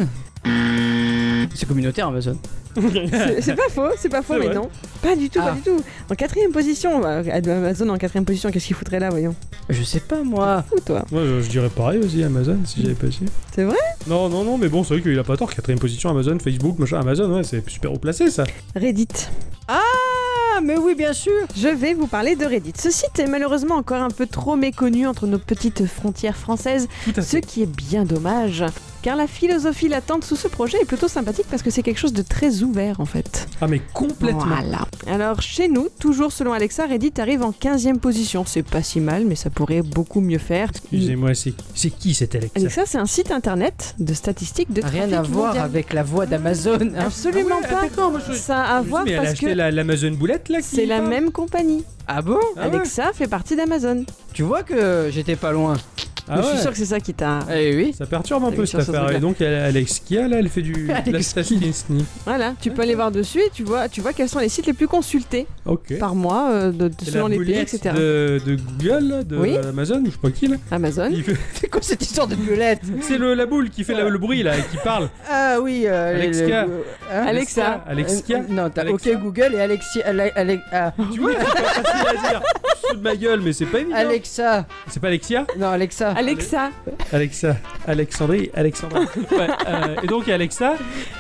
S2: C'est communautaire, Amazon.
S3: C'est- C'est pas faux, c'est pas faux,
S1: C'est
S3: mais
S1: vrai.
S3: non. Pas du tout,
S2: Ah.
S3: pas du tout. En quatrième position, bah, Amazon en quatrième position, qu'est-ce qu'il foutrait là, voyons
S2: Je sais pas, moi.
S3: Fou, toi.
S1: Moi, je, je dirais pareil aussi, Amazon, si j'avais pas su.
S3: C'est vrai
S1: Non, non, non, mais bon, c'est vrai qu'il a pas tort. Quatrième position, Amazon, Facebook, machin, Amazon, ouais, c'est super haut placé ça.
S3: Reddit.
S2: Ah, mais oui, bien sûr.
S3: Je vais vous parler de Reddit. Ce site est malheureusement encore un peu trop méconnu entre nos petites
S1: (laughs)
S3: frontières françaises,
S1: Tout à
S3: ce
S1: fait.
S3: qui est bien dommage. Car la philosophie latente sous ce projet est plutôt sympathique parce que c'est quelque chose de très ouvert en fait.
S1: Ah, mais complètement.
S3: Voilà. Alors chez nous, toujours selon Alexa, Reddit arrive en 15e position. C'est pas si mal, mais ça pourrait beaucoup mieux faire.
S1: Excusez-moi, c'est c'est qui cette Alexa
S3: Alexa, c'est un site internet de statistiques de
S2: Rien
S3: trafic
S2: à voir
S3: mondial.
S2: avec la voix d'Amazon. hein.
S3: Absolument
S1: Ah ouais,
S3: pas.
S1: D'accord, moi je.
S3: Ça a à
S1: je me
S3: voir
S1: dis, mais elle a
S3: parce
S1: acheté
S3: que
S1: la- l'Amazon boulette là qui
S3: c'est la
S1: parle
S3: même compagnie.
S2: Ah bon
S1: Ah ouais.
S3: Alexa fait partie d'Amazon.
S2: Tu vois que j'étais pas loin.
S1: Ah
S3: Je suis
S1: ouais.
S3: sûre que c'est ça qui t'a.
S2: Eh oui.
S1: Ça perturbe un
S3: T'as
S1: peu
S3: une
S1: cette
S3: chance sur ce
S1: affaire. Et
S3: truc-là.
S1: donc, elle- Alex Kia, là, elle fait
S3: (laughs)
S1: du.
S2: Alex
S1: de la Statisnik.
S3: Voilà, tu peux aller voir dessus et tu vois, tu vois quels sont les sites les plus consultés
S1: Ok.
S3: par mois euh, de- de-
S1: C'est
S3: selon
S1: la
S3: les pays,
S1: boulette
S3: etc.
S1: De, de Google, là, de
S3: Oui. Ah.
S1: Amazon, ou je sais pas qui là.
S3: Amazon.
S1: Il fait-
S2: (laughs) C'est quoi cette histoire de violette
S1: C'est le- la boule qui fait la- le bruit là, et qui
S3: (laughs)
S1: parle.
S2: Ah oui, euh,
S1: Alexia.
S2: le- hein
S3: Alexa.
S1: Alexia.
S2: Euh, Non, t'as
S1: Alexia.
S2: OK Google et Alexia. Ale- Ale- ah.
S1: Tu vois, c'est pas facile à dire. fous de ma gueule, mais c'est pas évident.
S2: Alexa
S1: C'est pas Alexia
S2: Non, Alexa
S3: Alexa,
S1: Alexa, Alexandrie, Alexandra. Ouais, euh, et donc, Alexa.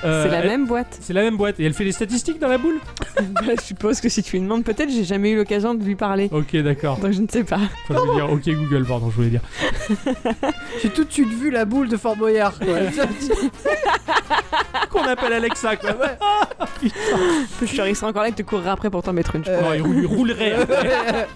S1: euh,
S3: c'est la
S1: elle-
S3: même
S1: (laughs)
S3: boîte.
S1: C'est la même boîte. Et elle fait les statistiques dans la boule
S3: Bah, je suppose que si tu lui demandes, peut-être j'ai jamais eu l'occasion de lui parler.
S1: Ok, d'accord.
S3: Donc je ne sais pas. (laughs)
S1: Enfin, je veux dire, ok, Google, pardon, je voulais dire.
S2: J'ai tout de suite vu la boule de Fort Boyard. quoi. (laughs)
S1: Qu'on appelle Alexa, quoi.
S3: Je suis sûr, il sera encore là et te courra après pour t'en mettre une. je
S1: Non, il roule- il roulerait.
S3: (laughs)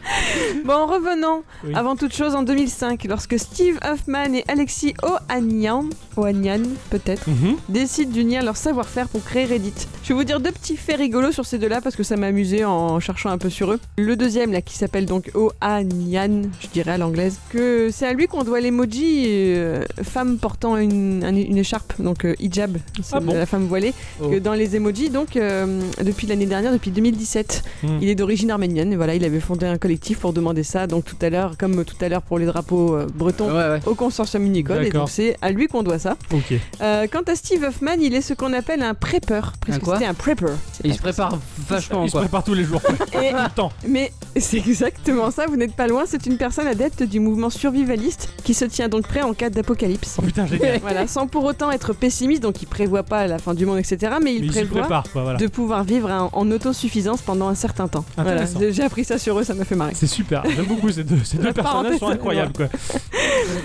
S3: Bon, revenons.
S1: Oui.
S3: Avant toute chose, en 2005, lorsque Steve Huffman et Alexis Ohanian, Ohanian peut-être,
S1: Mhm.
S3: décident d'unir leur savoir-faire pour créer Reddit. Je vais vous dire deux petits faits rigolos sur ces deux-là parce que ça m'a amusé en cherchant un peu sur eux. Le deuxième, là, qui s'appelle donc Ohanian, je dirais à l'anglaise, que c'est à lui qu'on doit l'emoji euh, femme portant une, un- une écharpe, donc euh, hijab, c'est
S1: Ah bon
S3: la femme voilée,
S1: Oh.
S3: que dans les emojis, donc euh, depuis l'année dernière, depuis 2017.
S1: Hmm.
S3: Il est d'origine arménienne, et voilà, il avait fondé un collectif pour demander ça, donc tout à l'heure, comme tout à l'heure pour les drapeaux euh, bretons.
S2: ouais.
S3: Au consortium Unicode, et
S1: Oh. D'accord.
S3: donc c'est à lui qu'on doit ça.
S1: Ok.
S3: Euh, quant à Steve Huffman, il est ce qu'on appelle un prepper.
S2: Un
S3: Parce que
S2: quoi
S3: c'était un prepper.
S2: Il se prépare vachement
S1: Il se
S2: quoi.
S1: prépare tous les jours, quoi. Tout
S3: Et-
S1: le temps.
S3: mais c'est exactement ça, vous n'êtes pas loin, c'est une personne adepte du mouvement survivaliste qui se tient donc prêt en cas d'apocalypse.
S1: Oh putain, génial.
S3: voilà, sans pour autant être pessimiste, donc il prévoit pas la fin du monde, etc. Mais il
S1: Mais il se
S3: prévoit
S1: prépare, quoi, voilà.
S3: de pouvoir vivre en, en autosuffisance pendant un certain temps. Voilà,
S1: Intéressant.
S3: j'ai j'ai appris ça sur eux, ça m'a fait marrer.
S1: C'est super, j'aime beaucoup ces deux, ces deux
S3: La
S1: personnages,
S3: parenthèse,
S1: sont incroyables quoi.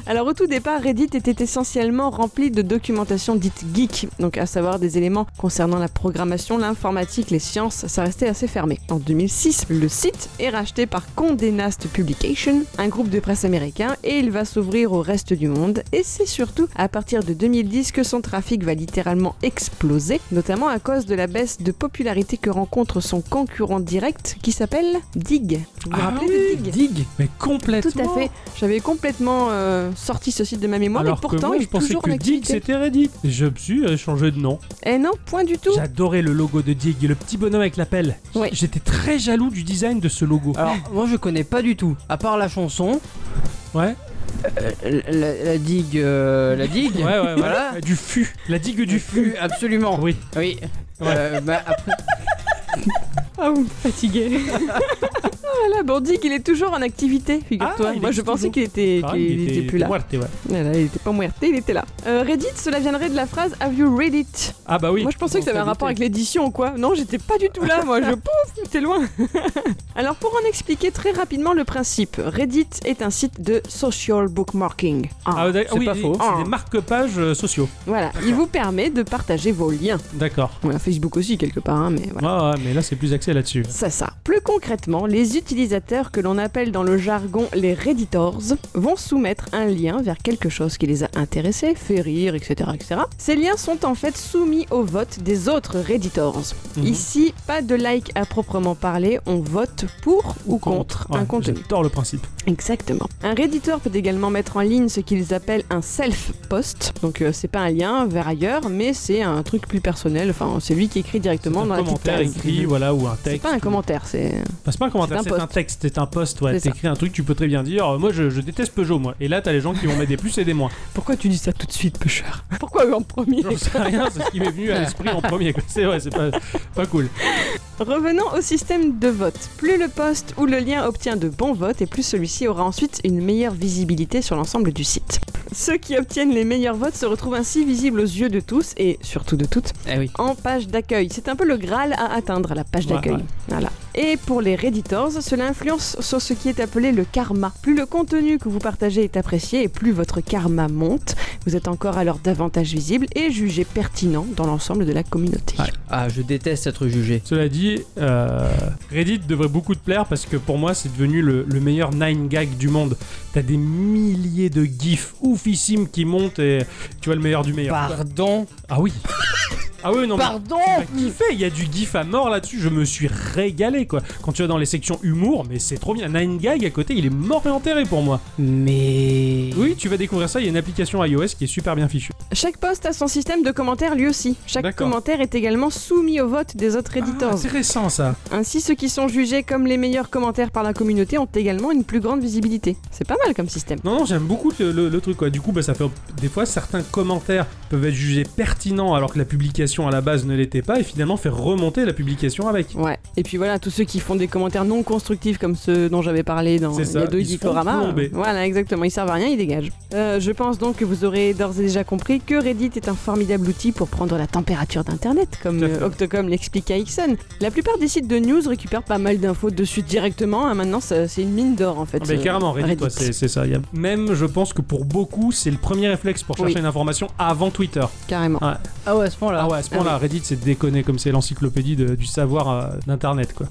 S3: Alors au tout départ, Reddit était essentiellement rempli de documentation dite geek, donc à savoir des éléments concernant la programmation, l'informatique, les sciences, ça restait assez fermé. En 2006, le site est racheté par Condé Nast Publication, un groupe de presse américain, et il va s'ouvrir au reste du monde. Et c'est surtout à partir de 2010 que son trafic va littéralement exploser, notamment à cause de la baisse de popularité que rencontre son concurrent direct qui s'appelle Dig. Vous vous
S1: Ah
S3: rappelez de Dig
S1: Dig, mais complètement.
S3: tout à fait. J'avais complètement euh, sorti ce site de ma mémoire,
S1: Alors
S3: et pourtant,
S1: que moi
S3: il
S1: je
S3: est
S1: pensais
S3: toujours en
S1: que Dig
S3: activité.
S1: c'était Reddit. Je me suis euh, changé de nom.
S3: Eh non, point du tout.
S1: J'adorais le logo de Dig, le petit bonhomme avec la pelle.
S3: Ouais.
S1: J'étais très jaloux du design de ce logo.
S2: Alors, moi je connais pas du tout. À part la chanson,
S1: Ouais,
S2: euh, la, la digue. euh, la digue
S1: ouais, ouais, ouais.
S2: Voilà.
S1: Du fût, la digue du fût.
S2: Absolument.
S1: Oui.
S2: Oui.
S1: Ouais.
S2: Euh, bah, après-
S3: Ah, vous me
S1: (laughs)
S3: fatiguez. Ah, voilà, Bordig, il est toujours en activité, figure-toi.
S1: Ah, il
S3: Moi, je
S1: existe
S3: pensais
S1: toujours.
S3: qu'il était,
S1: Ah,
S3: qu'il
S1: il
S3: était plus là.
S1: muerté, ouais.
S3: Voilà, il était pas muerté, il était là. Euh, Reddit, cela viendrait de la phrase Have you read it
S1: Ah bah oui.
S3: Moi, je pensais que ça
S1: On
S3: avait un
S1: s'est
S3: rapport
S1: douté.
S3: avec l'édition ou quoi. Non, j'étais pas du tout là,
S1: (laughs)
S3: moi. Je pouf, j'étais loin. (laughs) Alors, pour en expliquer très rapidement le principe, Reddit est un site de social bookmarking.
S1: Ah, d'ac-
S2: C'est
S1: oui,
S2: pas
S1: oui,
S2: faux.
S1: C'est des marque-pages euh, sociaux.
S3: Voilà, il vous permet de partager vos liens.
S1: D'accord.
S3: Ouais, Facebook aussi quelque part, hein, mais voilà.
S1: Ah ouais, mais là c'est plus axé là-dessus.
S3: Ça, ça. Plus concrètement, les utilisateurs que l'on appelle dans le jargon les Redditors vont soumettre un lien vers quelque chose qui les a intéressés, fait rire, etc. etc. Ces liens sont en fait soumis au vote des autres Redditors.
S1: Mhm.
S3: Ici, pas de like à proprement parler, on vote pour ou, contre,
S1: Ouais,
S3: un contenu.
S1: J'adore le principe.
S3: Exactement. Un Redditor peut également mettre en ligne ce qu'ils appellent un self-post. Donc euh, c'est pas un lien vers ailleurs, mais c'est un truc plus personnel. Enfin, c'est lui qui écrit
S1: C'est
S3: directement
S1: un
S3: dans la petite
S1: commentaire
S3: case.
S1: écrit, voilà, ou un
S3: C'est
S1: texte.
S3: pas un commentaire, c'est.
S1: Enfin, c'est pas un commentaire,
S3: C'est un
S1: c'est
S3: post.
S1: un, texte, c'est un post. Ouais,
S3: C'est ça.
S1: t'écris un truc, tu peux très bien dire, euh, moi je, je déteste Peugeot, moi. Et là, t'as les gens qui vont mettre des plus et des moins.
S3: Pourquoi tu dis ça tout de suite, Pêcheur Pourquoi eux en premier
S1: J'en sais rien, c'est ce qui m'est venu à l'esprit en premier. quoi. C'est ouais, c'est pas, pas cool.
S3: Revenons au système de vote. Plus le poste ou le lien obtient de bons votes, et plus celui-ci aura ensuite une meilleure visibilité sur l'ensemble du site. Ceux qui obtiennent les meilleurs votes se retrouvent ainsi visibles aux yeux de tous, et surtout de toutes,
S2: Eh oui.
S3: en page d'accueil. C'est un peu le Graal à atteindre, la page
S1: Ouais,
S3: d'accueil.
S1: ouais.
S3: Voilà. Et pour les Redditors, cela influence sur ce qui est appelé le karma. Plus le contenu que vous partagez est apprécié et plus votre karma monte, vous êtes encore alors davantage visible et jugé pertinent dans l'ensemble de la communauté.
S2: Ah, je déteste être jugé.
S1: Cela dit, euh, Reddit devrait beaucoup te plaire parce que pour moi, c'est devenu le, le meilleur 9 gag du monde. T'as des milliers de gifs oufissimes qui montent et tu vois le meilleur du meilleur.
S2: Pardon.
S1: Ah oui Ah oui, non, mais
S2: Pardon.
S1: T'as kiffé, il y a du gif à mort là-dessus, je me suis régalé quoi. Quand tu vas dans les sections humour, mais c'est trop bien. Nine Gag à côté, il est mort et enterré pour moi.
S2: Mais.
S1: Oui, tu vas découvrir ça, il y a une application iOS qui est super bien fichue.
S3: Chaque poste a son système de commentaires lui aussi. Chaque
S1: D'accord.
S3: commentaire est également soumis au vote des autres
S1: Ah,
S3: Redditors.
S1: intéressant ça.
S3: Ainsi, ceux qui sont jugés comme les meilleurs commentaires par la communauté ont également une plus grande visibilité. C'est pas mal comme système.
S1: Non, non, j'aime beaucoup le, le- le truc quoi. Du coup, bah, ça fait des fois certains commentaires peuvent être jugés pertinents alors que la publication publication à la base ne l'était pas et finalement faire remonter la publication avec.
S3: Ouais. Et puis voilà, tous ceux qui font des commentaires non constructifs comme ceux dont j'avais parlé dans
S1: C'est ça,
S3: les deux
S1: ils se font
S3: Geekorama,
S1: plomber.
S3: euh, voilà, exactement, ils servent à rien, ils dégagent. Euh, je pense donc que vous aurez d'ores et déjà compris que Reddit est un formidable outil pour prendre la température d'Internet, comme
S1: Tout à fait.
S3: euh, Octocom l'explique à Ixon. La plupart des sites de news récupèrent pas mal d'infos dessus directement. hein, maintenant, ça- c'est une mine d'or en fait.
S1: Ah, mais
S3: euh,
S1: carrément, Reddit,
S3: Reddit.
S1: ouais, c'est c'est ça. il y a- Même, je pense que pour beaucoup, c'est le premier réflexe pour chercher
S3: Oui.
S1: une information avant Twitter.
S3: Carrément.
S2: Ah ouais, à ce point-là.
S1: Ah ouais, à ce
S3: Ah
S1: point-là, Reddit, c'est déconné comme c'est l'encyclopédie de- du savoir euh, d'Internet, quoi.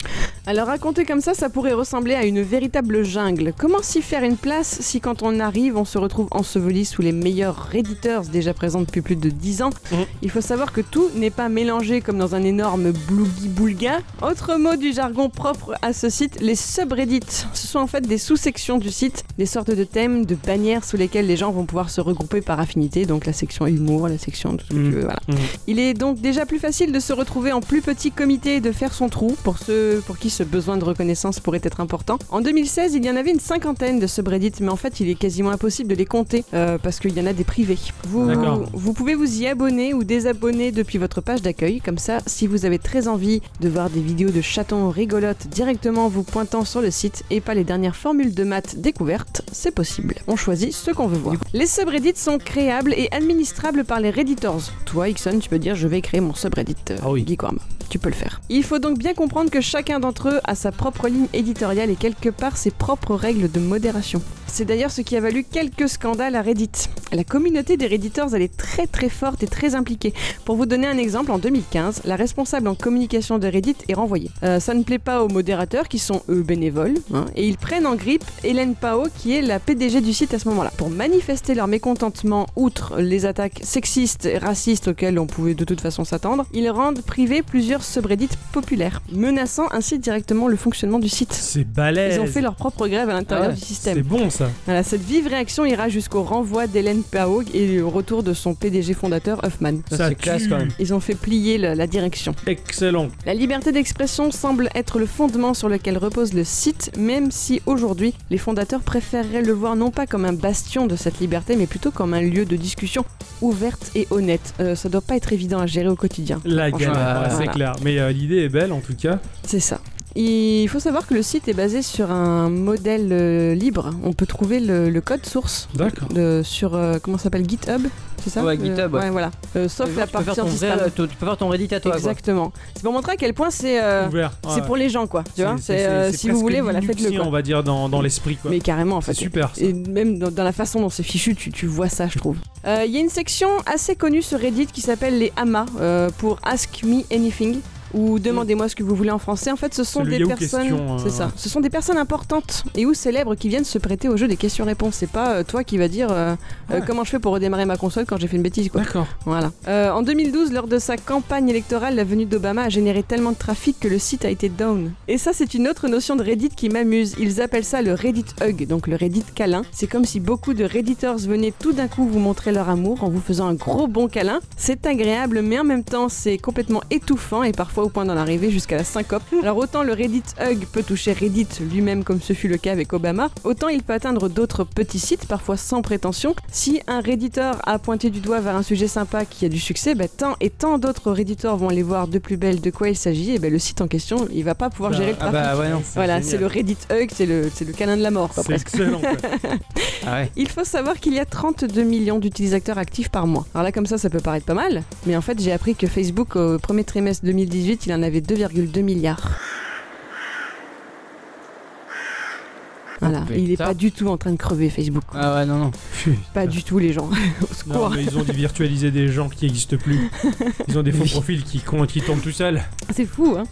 S3: Alors raconter comme ça, ça pourrait ressembler à une véritable jungle. Comment s'y faire une place si quand on arrive, on se retrouve enseveli sous les meilleurs Redditors déjà présents depuis plus de 10 ans
S1: Mhm.
S3: Il faut savoir que tout n'est pas mélangé comme dans un énorme blougi-boulga. Autre mot du jargon propre à ce site, les subreddits. Ce sont en fait des sous-sections du site, des sortes de thèmes, de bannières sous lesquelles les gens vont pouvoir se regrouper par affinité, donc la section humour, la section tout ce que
S1: Mhm.
S3: tu veux, voilà.
S1: Mhm.
S3: Il est donc déjà plus facile de se retrouver en plus petit comité et de faire son trou pour ceux pour qui ce besoin de reconnaissance pourrait être important. En 2016, il y en avait une cinquantaine de subreddits, mais en fait, il est quasiment impossible de les compter euh, parce qu'il y en a des privés. Vous,
S1: D'accord.
S3: vous pouvez vous y abonner ou désabonner depuis votre page d'accueil. Comme ça, si vous avez très envie de voir des vidéos de chatons rigolotes directement en vous pointant sur le site et pas les dernières formules de maths découvertes, c'est possible. On choisit ce qu'on veut voir. Les subreddits sont créables et administrables par les redditors. Toi, Ixon, tu peux dire je vais créer mon subreddit. euh,
S1: Ah oui.
S3: Geekorama. Tu peux le faire. Il faut donc bien comprendre que chacun d'entre eux a sa propre ligne éditoriale et quelque part ses propres règles de modération. C'est d'ailleurs ce qui a valu quelques scandales à Reddit. La communauté des Redditors, elle est très très forte et très impliquée. Pour vous donner un exemple, en 2015, la responsable en communication de Reddit est renvoyée. Euh, ça ne plaît pas aux modérateurs qui sont eux bénévoles, hein, et ils prennent en grippe Hélène Pao qui est la PDG du site à ce moment-là. Pour manifester leur mécontentement, outre les attaques sexistes et racistes auxquelles on pouvait de toute façon s'attendre, ils rendent privés plusieurs subreddits populaires, menaçant ainsi directement le fonctionnement du site.
S1: C'est balèze.
S3: Ils ont fait leur propre grève à l'intérieur
S2: Ah ouais,
S3: du système.
S1: C'est bon, ça.
S3: Voilà, cette vive réaction ira jusqu'au renvoi d'Hélène Paog et au retour de son PDG fondateur Hoffman.
S2: Ça,
S1: Ça
S2: c'est classe
S1: tue.
S2: quand même.
S3: Ils ont fait plier la, la direction.
S1: Excellent.
S3: La liberté d'expression semble être le fondement sur lequel repose le site, même si aujourd'hui les fondateurs préféreraient le voir non pas comme un bastion de cette liberté, mais plutôt comme un lieu de discussion ouverte et honnête. Euh, ça doit pas être évident à gérer au quotidien.
S1: La
S3: Franchement,
S1: galère, ouais,
S3: euh,
S1: c'est
S3: voilà.
S1: clair. Mais euh, l'idée est belle, en tout cas.
S3: C'est ça. Il faut savoir que le site est basé sur un modèle euh, libre. On peut trouver le, le code source
S1: D'accord.
S3: de- sur euh, comment ça s'appelle GitHub, c'est ça
S2: Ouais,
S3: Euh,
S2: GitHub, ouais.
S3: Ouais, voilà. Euh, sauf
S2: Tu
S3: la
S2: peux faire
S3: partie
S2: ton vrai-
S3: anti-spam.
S2: tu peux faire ton Reddit à toi. quoi.
S3: Exactement. C'est pour montrer à quel point c'est euh,
S1: Ouvert.
S3: c'est
S1: ouais.
S3: pour les gens quoi. Tu vois,
S1: C'est-
S3: c'est
S1: c'est-
S3: euh,
S1: c'est
S3: si vous
S1: presque
S3: voulez, voilà,
S1: Linuxien,
S3: faites-le quoi.
S1: on va dire, dans, dans l'esprit, quoi.
S3: Mais carrément en fait.
S1: C'est super, ça.
S3: Et même dans, dans la façon dont c'est fichu, tu, tu vois ça, je trouve. Euh, Il y a une section assez connue sur Reddit qui s'appelle les AMA euh, pour Ask Me Anything ou demandez-moi ce que vous voulez en français. En fait, ce sont
S1: C'est le
S3: des
S1: Yahoo
S3: personnes,
S1: question, euh,
S3: c'est ça. Ce sont des personnes importantes et ou célèbres qui viennent se prêter au jeu des questions-réponses. C'est pas euh, toi qui vas dire euh, euh,
S1: Ouais.
S3: comment je fais pour redémarrer ma console quand j'ai fait une bêtise quoi.
S1: D'accord.
S3: Voilà. Euh, en 2012, lors de sa campagne électorale, la venue d'Obama a généré tellement de trafic que le site a été down. Et ça, c'est une autre notion de Reddit qui m'amuse. Ils appellent ça le Reddit hug, donc le Reddit câlin. C'est comme si beaucoup de Redditors venaient tout d'un coup vous montrer leur amour en vous faisant un gros bon câlin. C'est agréable, mais en même temps, c'est complètement étouffant et parfois au point d'en arriver jusqu'à la syncope.
S2: Hmm.
S3: Alors autant le Reddit hug peut toucher Reddit lui-même comme ce fut le cas avec Obama, autant il peut atteindre d'autres petits sites, parfois sans prétention. Si un Redditor a pointé du doigt vers un sujet sympa qui a du succès, bah, tant et tant d'autres Redditors vont aller voir de plus belle de quoi il s'agit, et bah, le site en question, il va pas pouvoir gérer le
S2: Ah
S3: trafic.
S2: bah ouais, non.
S3: voilà, c'est le Reddit hug, c'est le, c'est le câlin de la mort. quoi,
S1: C'est
S3: presque.
S1: excellent. quoi.
S2: Ah ouais.
S3: Il faut savoir qu'il y a 32 millions d'utilisateurs actifs par mois. Alors là, comme ça, ça peut paraître pas mal, mais en fait, j'ai appris que Facebook, au premier trimestre 2018, il en avait 2,2 milliards. Voilà,
S1: Ah,
S2: Oh,
S3: il n'est
S2: putain.
S3: pas du tout en train de crever Facebook. quoi.
S2: Ah ouais, non, non.
S3: (laughs) Pas du tout, les gens. (laughs) Au
S1: Non,
S3: secours.
S1: mais ils ont dû virtualiser des gens qui n'existent plus. Ils ont des faux profils qui, con- qui tombent tout seuls.
S3: C'est fou, hein.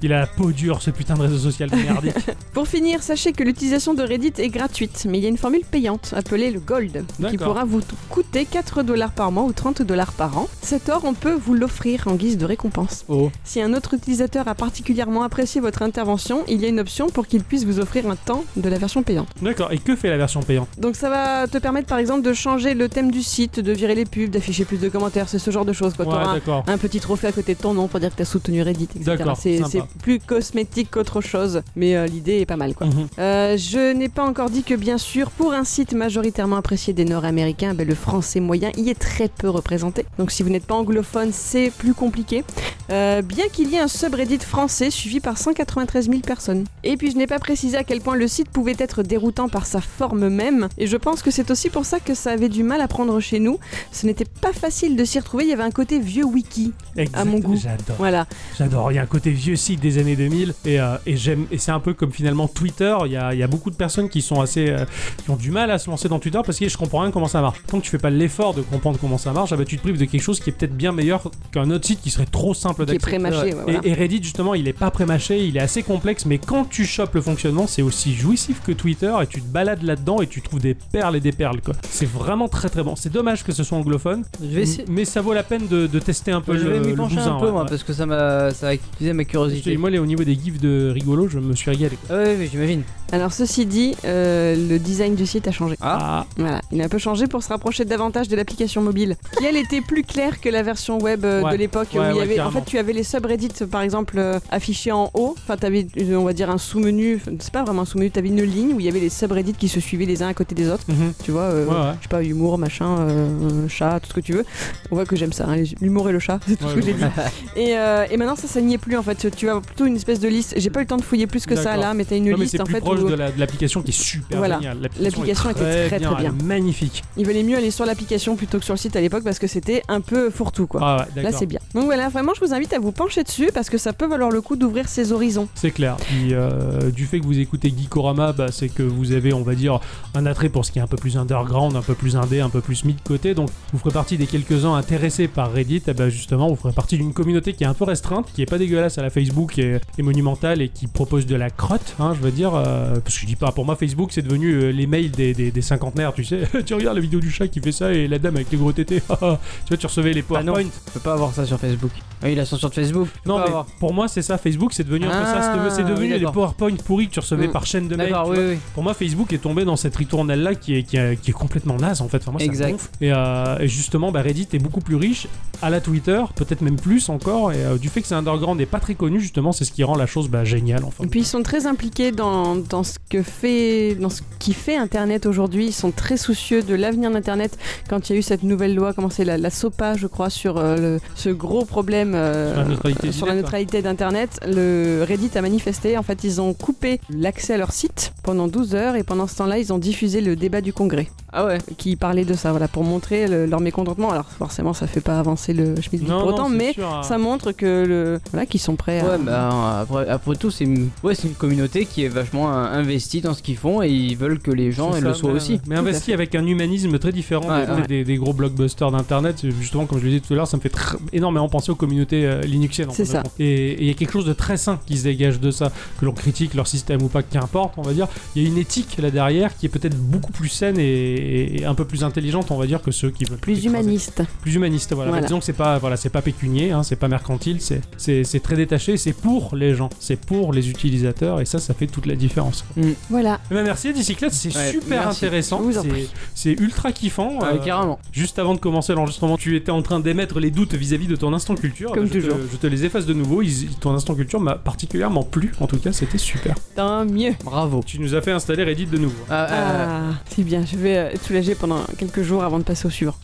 S1: Il a la peau dure, ce putain de réseau social merdique.
S3: (laughs) Pour finir, sachez que l'utilisation de Reddit est gratuite, mais il y a une formule payante appelée le Gold qui
S1: D'accord.
S3: pourra vous t- coûter 4 dollars par mois ou 30 dollars par an. Cet or, on peut vous l'offrir en guise de récompense.
S2: Oh.
S3: Si un autre utilisateur a particulièrement apprécié votre intervention, il y a une option pour qu'il puisse vous offrir un temps de la version payante.
S1: D'accord, et que fait la version payante
S3: Donc ça va te permettre par exemple de changer le thème du site, de virer les pubs, d'afficher plus de commentaires, c'est ce genre de choses. Quoi. T'auras
S1: Ouais,
S3: un-
S1: d'accord.
S3: un petit trophée à côté de ton nom pour dire que t'as soutenu Reddit, etc.
S1: D'accord,
S3: C'est
S1: sympa.
S3: c'est plus cosmétique qu'autre chose, mais euh, l'idée est pas mal quoi.
S1: Mhm.
S3: Euh, je n'ai pas encore dit que bien sûr, pour un site majoritairement apprécié des Nord-Américains, ben, le français moyen y est très peu représenté. Donc si vous n'êtes pas anglophone, c'est plus compliqué. Euh, bien qu'il y ait un subreddit français suivi par 193 000 personnes. Et puis je n'ai pas précisé à quel point le site pouvait être déroutant par sa forme même, et je pense que c'est aussi pour ça que ça avait du mal à prendre chez nous. Ce n'était pas facile de s'y retrouver, il y avait un côté vieux wiki.
S1: Exact-
S3: à mon goût.
S1: J'adore.
S3: Voilà.
S1: J'adore, il y a un côté vieux site des années 2000 et, euh, et j'aime et c'est un peu comme finalement Twitter, il y a, il y a beaucoup de personnes qui sont assez euh, qui ont du mal à se lancer dans Twitter parce que je comprends rien comment ça marche. Tant que tu fais pas l'effort de comprendre comment ça marche, ah bah, tu te prives de quelque chose qui est peut-être bien meilleur qu'un autre site qui serait trop simple
S3: Qui est
S1: d'accès.
S3: prémâché, ouais,
S1: Et-
S3: voilà.
S1: et, Reddit justement, il est pas prémâché, il est assez complexe mais quand tu chopes le fonctionnement, c'est aussi jouissif que Twitter et tu te balades là-dedans et tu trouves des perles et des perles quoi. C'est vraiment très très bon. C'est dommage que ce soit anglophone,
S2: Je vais essayer.
S1: mais ça vaut la peine de, de tester un peu
S2: Je
S1: le,
S2: vais m'y
S1: le
S2: pencher
S1: bousin,
S2: un peu,
S1: ouais,
S2: moi,
S1: ouais.
S2: parce que ça m'a, ça a utilisé ma
S1: Je te dis,
S2: curiosité.
S1: moi, les- au niveau des gifs de rigolo, je me suis régalé.
S2: Ah oui, oui, j'imagine.
S3: Alors ceci dit, euh, le design du site a changé.
S1: Ah,
S3: Voilà, il a un peu changé pour se rapprocher davantage de l'application mobile, qui elle était plus claire que la version web euh,
S1: Ouais.
S3: de l'époque
S1: Ouais,
S3: où il y
S1: ouais,
S3: avait,
S1: carrément.
S3: en fait, tu avais les subreddits par exemple euh, affichés en haut. Enfin, t'avais, euh, on va dire un sous-menu. Enfin, C'est pas vraiment un sous-menu, t'avais une ligne où il y avait les subreddits qui se suivaient les uns à côté des autres.
S1: mhm.
S3: Tu vois, euh,
S1: Ouais, ouais.
S3: je sais pas, humour, machin, euh, chat, tout ce que tu veux. On voit que j'aime ça, hein, les- l'humour et le chat, (laughs) c'est tout
S1: Ouais,
S3: ce que
S1: ouais,
S3: j'ai dit. Et, euh, et maintenant ça, ça n'y est plus en fait. Tu as plutôt une espèce de liste. J'ai pas eu le temps de fouiller plus que ça
S1: D'accord.
S3: là, mais t'as une
S1: Non, mais
S3: liste
S1: c'est
S3: en
S1: plus
S3: fait.
S1: proche
S3: où-
S1: de la- de l'application qui est super
S3: Voilà.
S1: géniale.
S3: L'application était très, très
S1: elle est
S3: bien.
S1: Magnifique.
S3: Il valait mieux aller sur l'application plutôt que sur le site à l'époque parce que c'était un peu fourre-tout quoi.
S1: Ah ouais,
S3: Là
S1: d'accord.
S3: c'est bien. Donc voilà, vraiment je vous invite à vous pencher dessus parce que ça peut valoir le coup d'ouvrir ses horizons.
S1: C'est clair. Puis, euh, du fait que vous écoutez Geekorama, bah, c'est que vous avez, on va dire, un attrait pour ce qui est un peu plus underground, un peu plus indé, un peu plus mis de côté. Donc, vous ferez partie des quelques-uns intéressés par Reddit. Et bah, justement, vous ferez partie d'une communauté qui est un peu restreinte, qui est pas dégueulasse à la Facebook et, et monumentale et qui propose de la crotte, hein, je veux dire. euh, parce que je dis pas, pour moi, Facebook, c'est devenu euh, les mails des, des, des cinquantenaires, tu sais. (laughs) tu regardes la vidéo du chat qui fait ça et la dame avec les gros tétés. (laughs) tu vois, tu recevais les
S2: Ah non,
S1: PowerPoint.
S2: je peux pas avoir ça sur Facebook. Ah Oui, la censure de Facebook. je peux
S1: Non,
S2: pas
S1: mais
S2: avoir.
S1: pour moi, c'est ça. Facebook, c'est devenu un peu
S2: Ah,
S1: ça. c'est devenu- C'est devenu
S2: oui,
S1: les
S2: d'accord.
S1: PowerPoint pourris que tu recevais
S3: Mm.
S1: par chaîne de mail.
S2: D'accord,
S1: tu
S2: oui,
S1: vois.
S2: oui.
S1: Pour moi, Facebook est tombé dans cette ritournelle là qui est, qui est, qui est complètement naze en fait. Enfin, moi, ça me
S2: Exact.
S1: gonfle. Et, euh, et justement, bah, Reddit est beaucoup plus riche à la Twitter, peut-être même plus encore. Et euh, du fait que c'est underground et pas très connu, justement, c'est ce qui rend la chose bah, géniale. Enfin.
S3: Et puis ils sont très impliqués dans, dans ce que fait dans ce qui fait internet aujourd'hui, ils sont très soucieux de l'avenir d'internet quand il y a eu cette nouvelle loi, comment c'est la, la SOPA je crois sur euh, le- ce gros problème euh,
S1: Sur la neutralité
S3: sur la
S1: d'Internet,
S3: neutralité d'Internet, le Reddit a manifesté. En fait, ils ont coupé l'accès à leur site pendant 12 heures et pendant ce temps-là, ils ont diffusé le débat du Congrès
S2: Ah ouais.
S3: qui parlait de ça, voilà, pour montrer le- leur mécontentement. Alors, forcément, ça fait pas avancer le Schmidt
S1: Non,
S3: pour
S1: non,
S3: autant,
S1: c'est
S3: mais
S1: sûr, hein.
S3: ça montre que le, voilà, qu'ils sont prêts à.
S2: Ah. Ouais, bah après, après tout, c'est une... Ouais, c'est une communauté qui est vachement euh, investie dans ce qu'ils font et ils veulent que les gens
S1: C'est
S2: ils le
S1: ça,
S2: soient
S1: mais-
S2: aussi.
S1: Mais
S3: Tout à
S1: investi avec un humanisme très différent
S2: Ouais,
S1: des,
S2: ouais.
S1: des- des gros blockbusters d'internet. Justement, comme je le disais tout à l'heure, ça me fait tr- énormément penser aux communautés euh, linuxiennes. en
S3: C'est
S1: fin de
S3: ça.
S1: compte. Et et il y a quelque chose de très sain qui se dégage de ça, que l'on critique leur système ou pas, qu'importe, on va dire. Il y a une éthique là derrière qui est peut-être beaucoup plus saine et, et un peu plus intelligente, on va dire, que ceux qui veulent tout
S3: Plus
S1: écraser.
S3: humaniste.
S1: Plus humaniste, voilà.
S3: Voilà.
S1: Bah, disons que c'est pas, voilà, c'est pas pécunier, hein, c'est pas mercantile, c'est- c'est c'est très détaché, c'est pour les gens, c'est pour les utilisateurs, et ça, ça fait toute la différence.
S3: Voilà.
S1: Eh ben, merci à Dicyclette, c'est
S2: Ouais,
S1: super
S2: merci.
S1: intéressant,
S3: Je vous en
S1: c'est-
S3: prie.
S1: c'est ultra kiffant.
S2: Ah,
S1: euh,
S2: mais carrément.
S1: juste avant de commencer l'enregistrement, tu étais en train d'émettre les doutes vis-à-vis de ton instant culture.
S3: Comme
S1: Je te-
S3: toujours.
S1: je te les efface de nouveau. Ils- ton instant culture m'a particulièrement plu. En tout cas, c'était super.
S3: Tant mieux.
S2: Bravo.
S1: Tu nous as fait installer Reddit de nouveau.
S2: Ah, euh,
S3: Ah, c'est bien. Je vais euh, être soulagée pendant quelques jours avant de passer au suivant.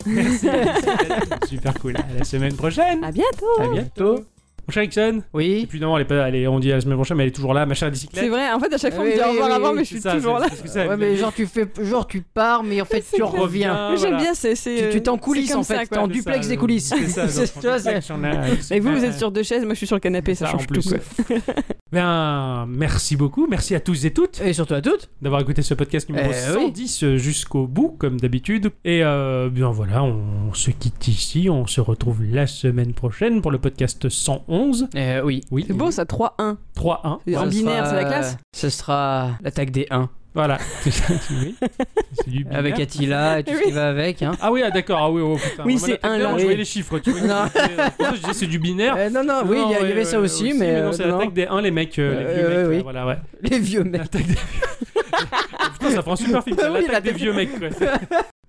S1: super cool. À la semaine prochaine.
S3: À bientôt.
S1: À bientôt. Mon cher Ixon. Et
S2: Oui.
S1: puis non, elle est pas. elle est- on dit à la semaine prochaine, mais elle est toujours là, ma chère
S3: C'est
S1: bicyclette.
S3: vrai. En fait, à chaque fois, on
S2: Oui,
S3: me dit
S2: oui,
S3: au revoir
S2: oui,
S3: avant,
S2: oui,
S3: mais je
S1: C'est
S3: suis
S1: ça,
S3: toujours
S1: c'est-
S3: là.
S1: c'est ce que c'est.
S2: Ouais, mais genre tu fais, genre tu pars, mais en fait
S3: C'est
S2: tu
S3: clair.
S2: reviens.
S3: Mais J'aime
S1: voilà.
S3: bien. C'est, c'est,
S2: Ah, Tu- tu t'es en
S3: euh,
S2: coulisses,
S3: c'est comme
S2: en fait,
S3: ça,
S2: t'es
S3: quoi.
S2: en du- duplex des coulisses.
S1: C'est ça,
S2: C'est-
S1: dans
S2: tu vois,
S1: ton duplex, on a-
S3: Et vous, vous
S1: Ouais.
S3: êtes sur deux chaises. Moi, je suis sur le canapé. Ça,
S1: Ça, en
S3: change
S1: plus.
S3: tout. quoi.
S2: (laughs)
S1: Bien, Ben, merci beaucoup, merci à tous et toutes.
S2: Et surtout à toutes.
S1: d'avoir écouté ce podcast numéro
S2: Eh oui.
S1: 110 jusqu'au bout, comme d'habitude. Et euh, bien voilà, on se quitte ici. On se retrouve la semaine prochaine pour le podcast 111.
S2: Euh, oui.
S1: Oui,
S3: C'est beau ça. 3-1.
S1: 3-1.
S3: C'est en
S2: Ça sera-
S3: binaire.
S2: euh,
S3: C'est la classe.
S2: Ce sera l'attaque des 1 (laughs)
S1: Voilà. C'est ça, oui. C'est du binaire.
S2: avec (laughs) Attila et tout ce qui va avec. Hein.
S1: Ah oui, ah, d'accord. Ah oui, oh, putain.
S3: Oui,
S1: Moi,
S3: c'est
S1: la-
S3: un, là,
S1: Je
S3: oui.
S1: voyais les chiffres. Tu vois, (laughs)
S2: Non.
S1: je disais c'est du binaire.
S2: Euh, non, non, oui, il y, a- il y
S1: ouais,
S2: avait ça
S1: ouais,
S2: aussi, mais.
S1: non,
S2: euh,
S1: c'est
S2: non.
S1: l'attaque des 1, les mecs. euh, les
S2: Euh,
S1: vieux
S2: ouais,
S1: mecs,
S2: oui.
S1: là, Voilà, ouais.
S2: Les vieux mecs.
S1: L'attaque des... (laughs) Putain, ça fait un super film,
S2: Bah
S1: ça,
S2: oui,
S1: l'attaque
S2: la
S1: des
S2: tête-
S1: vieux mecs.
S2: (laughs)
S1: quoi.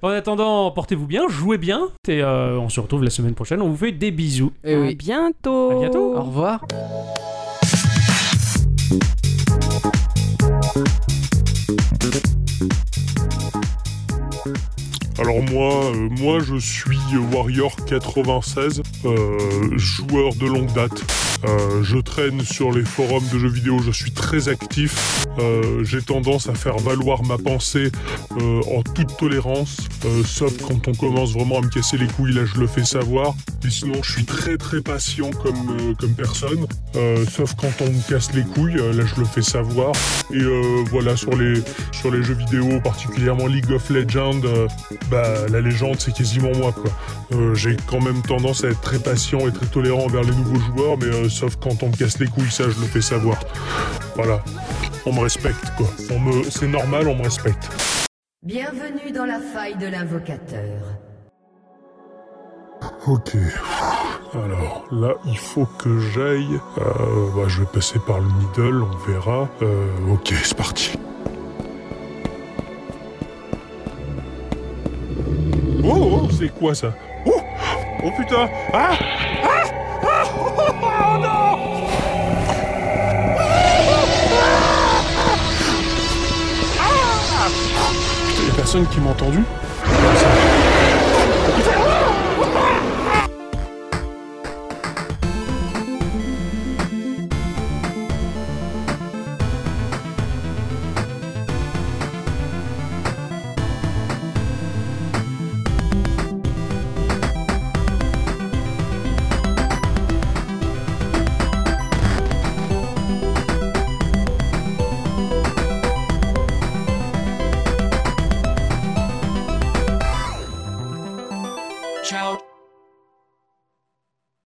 S1: En attendant, portez-vous bien, jouez bien, et euh, on se retrouve la semaine prochaine. On vous fait des bisous.
S2: Eh
S3: À
S2: oui.
S3: bientôt.
S1: À bientôt.
S2: Au revoir.
S8: Alors moi, euh, moi je suis euh, Warrior 96, euh, joueur de longue date. Euh, je traîne sur les forums de jeux vidéo, je suis très actif. Euh, J'ai tendance à faire valoir ma pensée euh, en toute tolérance, euh, sauf quand on commence vraiment à me casser les couilles, là je le fais savoir. Et sinon je suis très très patient comme, euh, comme personne, euh, sauf quand on me casse les couilles, euh, là je le fais savoir. Et euh, voilà, sur les, sur les jeux vidéo, particulièrement League of Legends, euh, bah, la légende, c'est quasiment moi, quoi. Euh, J'ai quand même tendance à être très patient et très tolérant envers les nouveaux joueurs, mais euh, sauf quand on me casse les couilles, ça, je le fais savoir. Voilà. On me respecte, quoi. On me... C'est normal, on me respecte.
S9: Bienvenue dans la faille de l'invocateur.
S8: Ok. Alors, là, il faut que j'aille. Euh, bah, je vais passer par le middle, on verra. Euh, ok, c'est parti. Oh, oh, c'est quoi ça Oh Oh putain Ah Ah Ah Oh, oh, non Ah Ah Putain, y a personne qui m'a entendu Ça-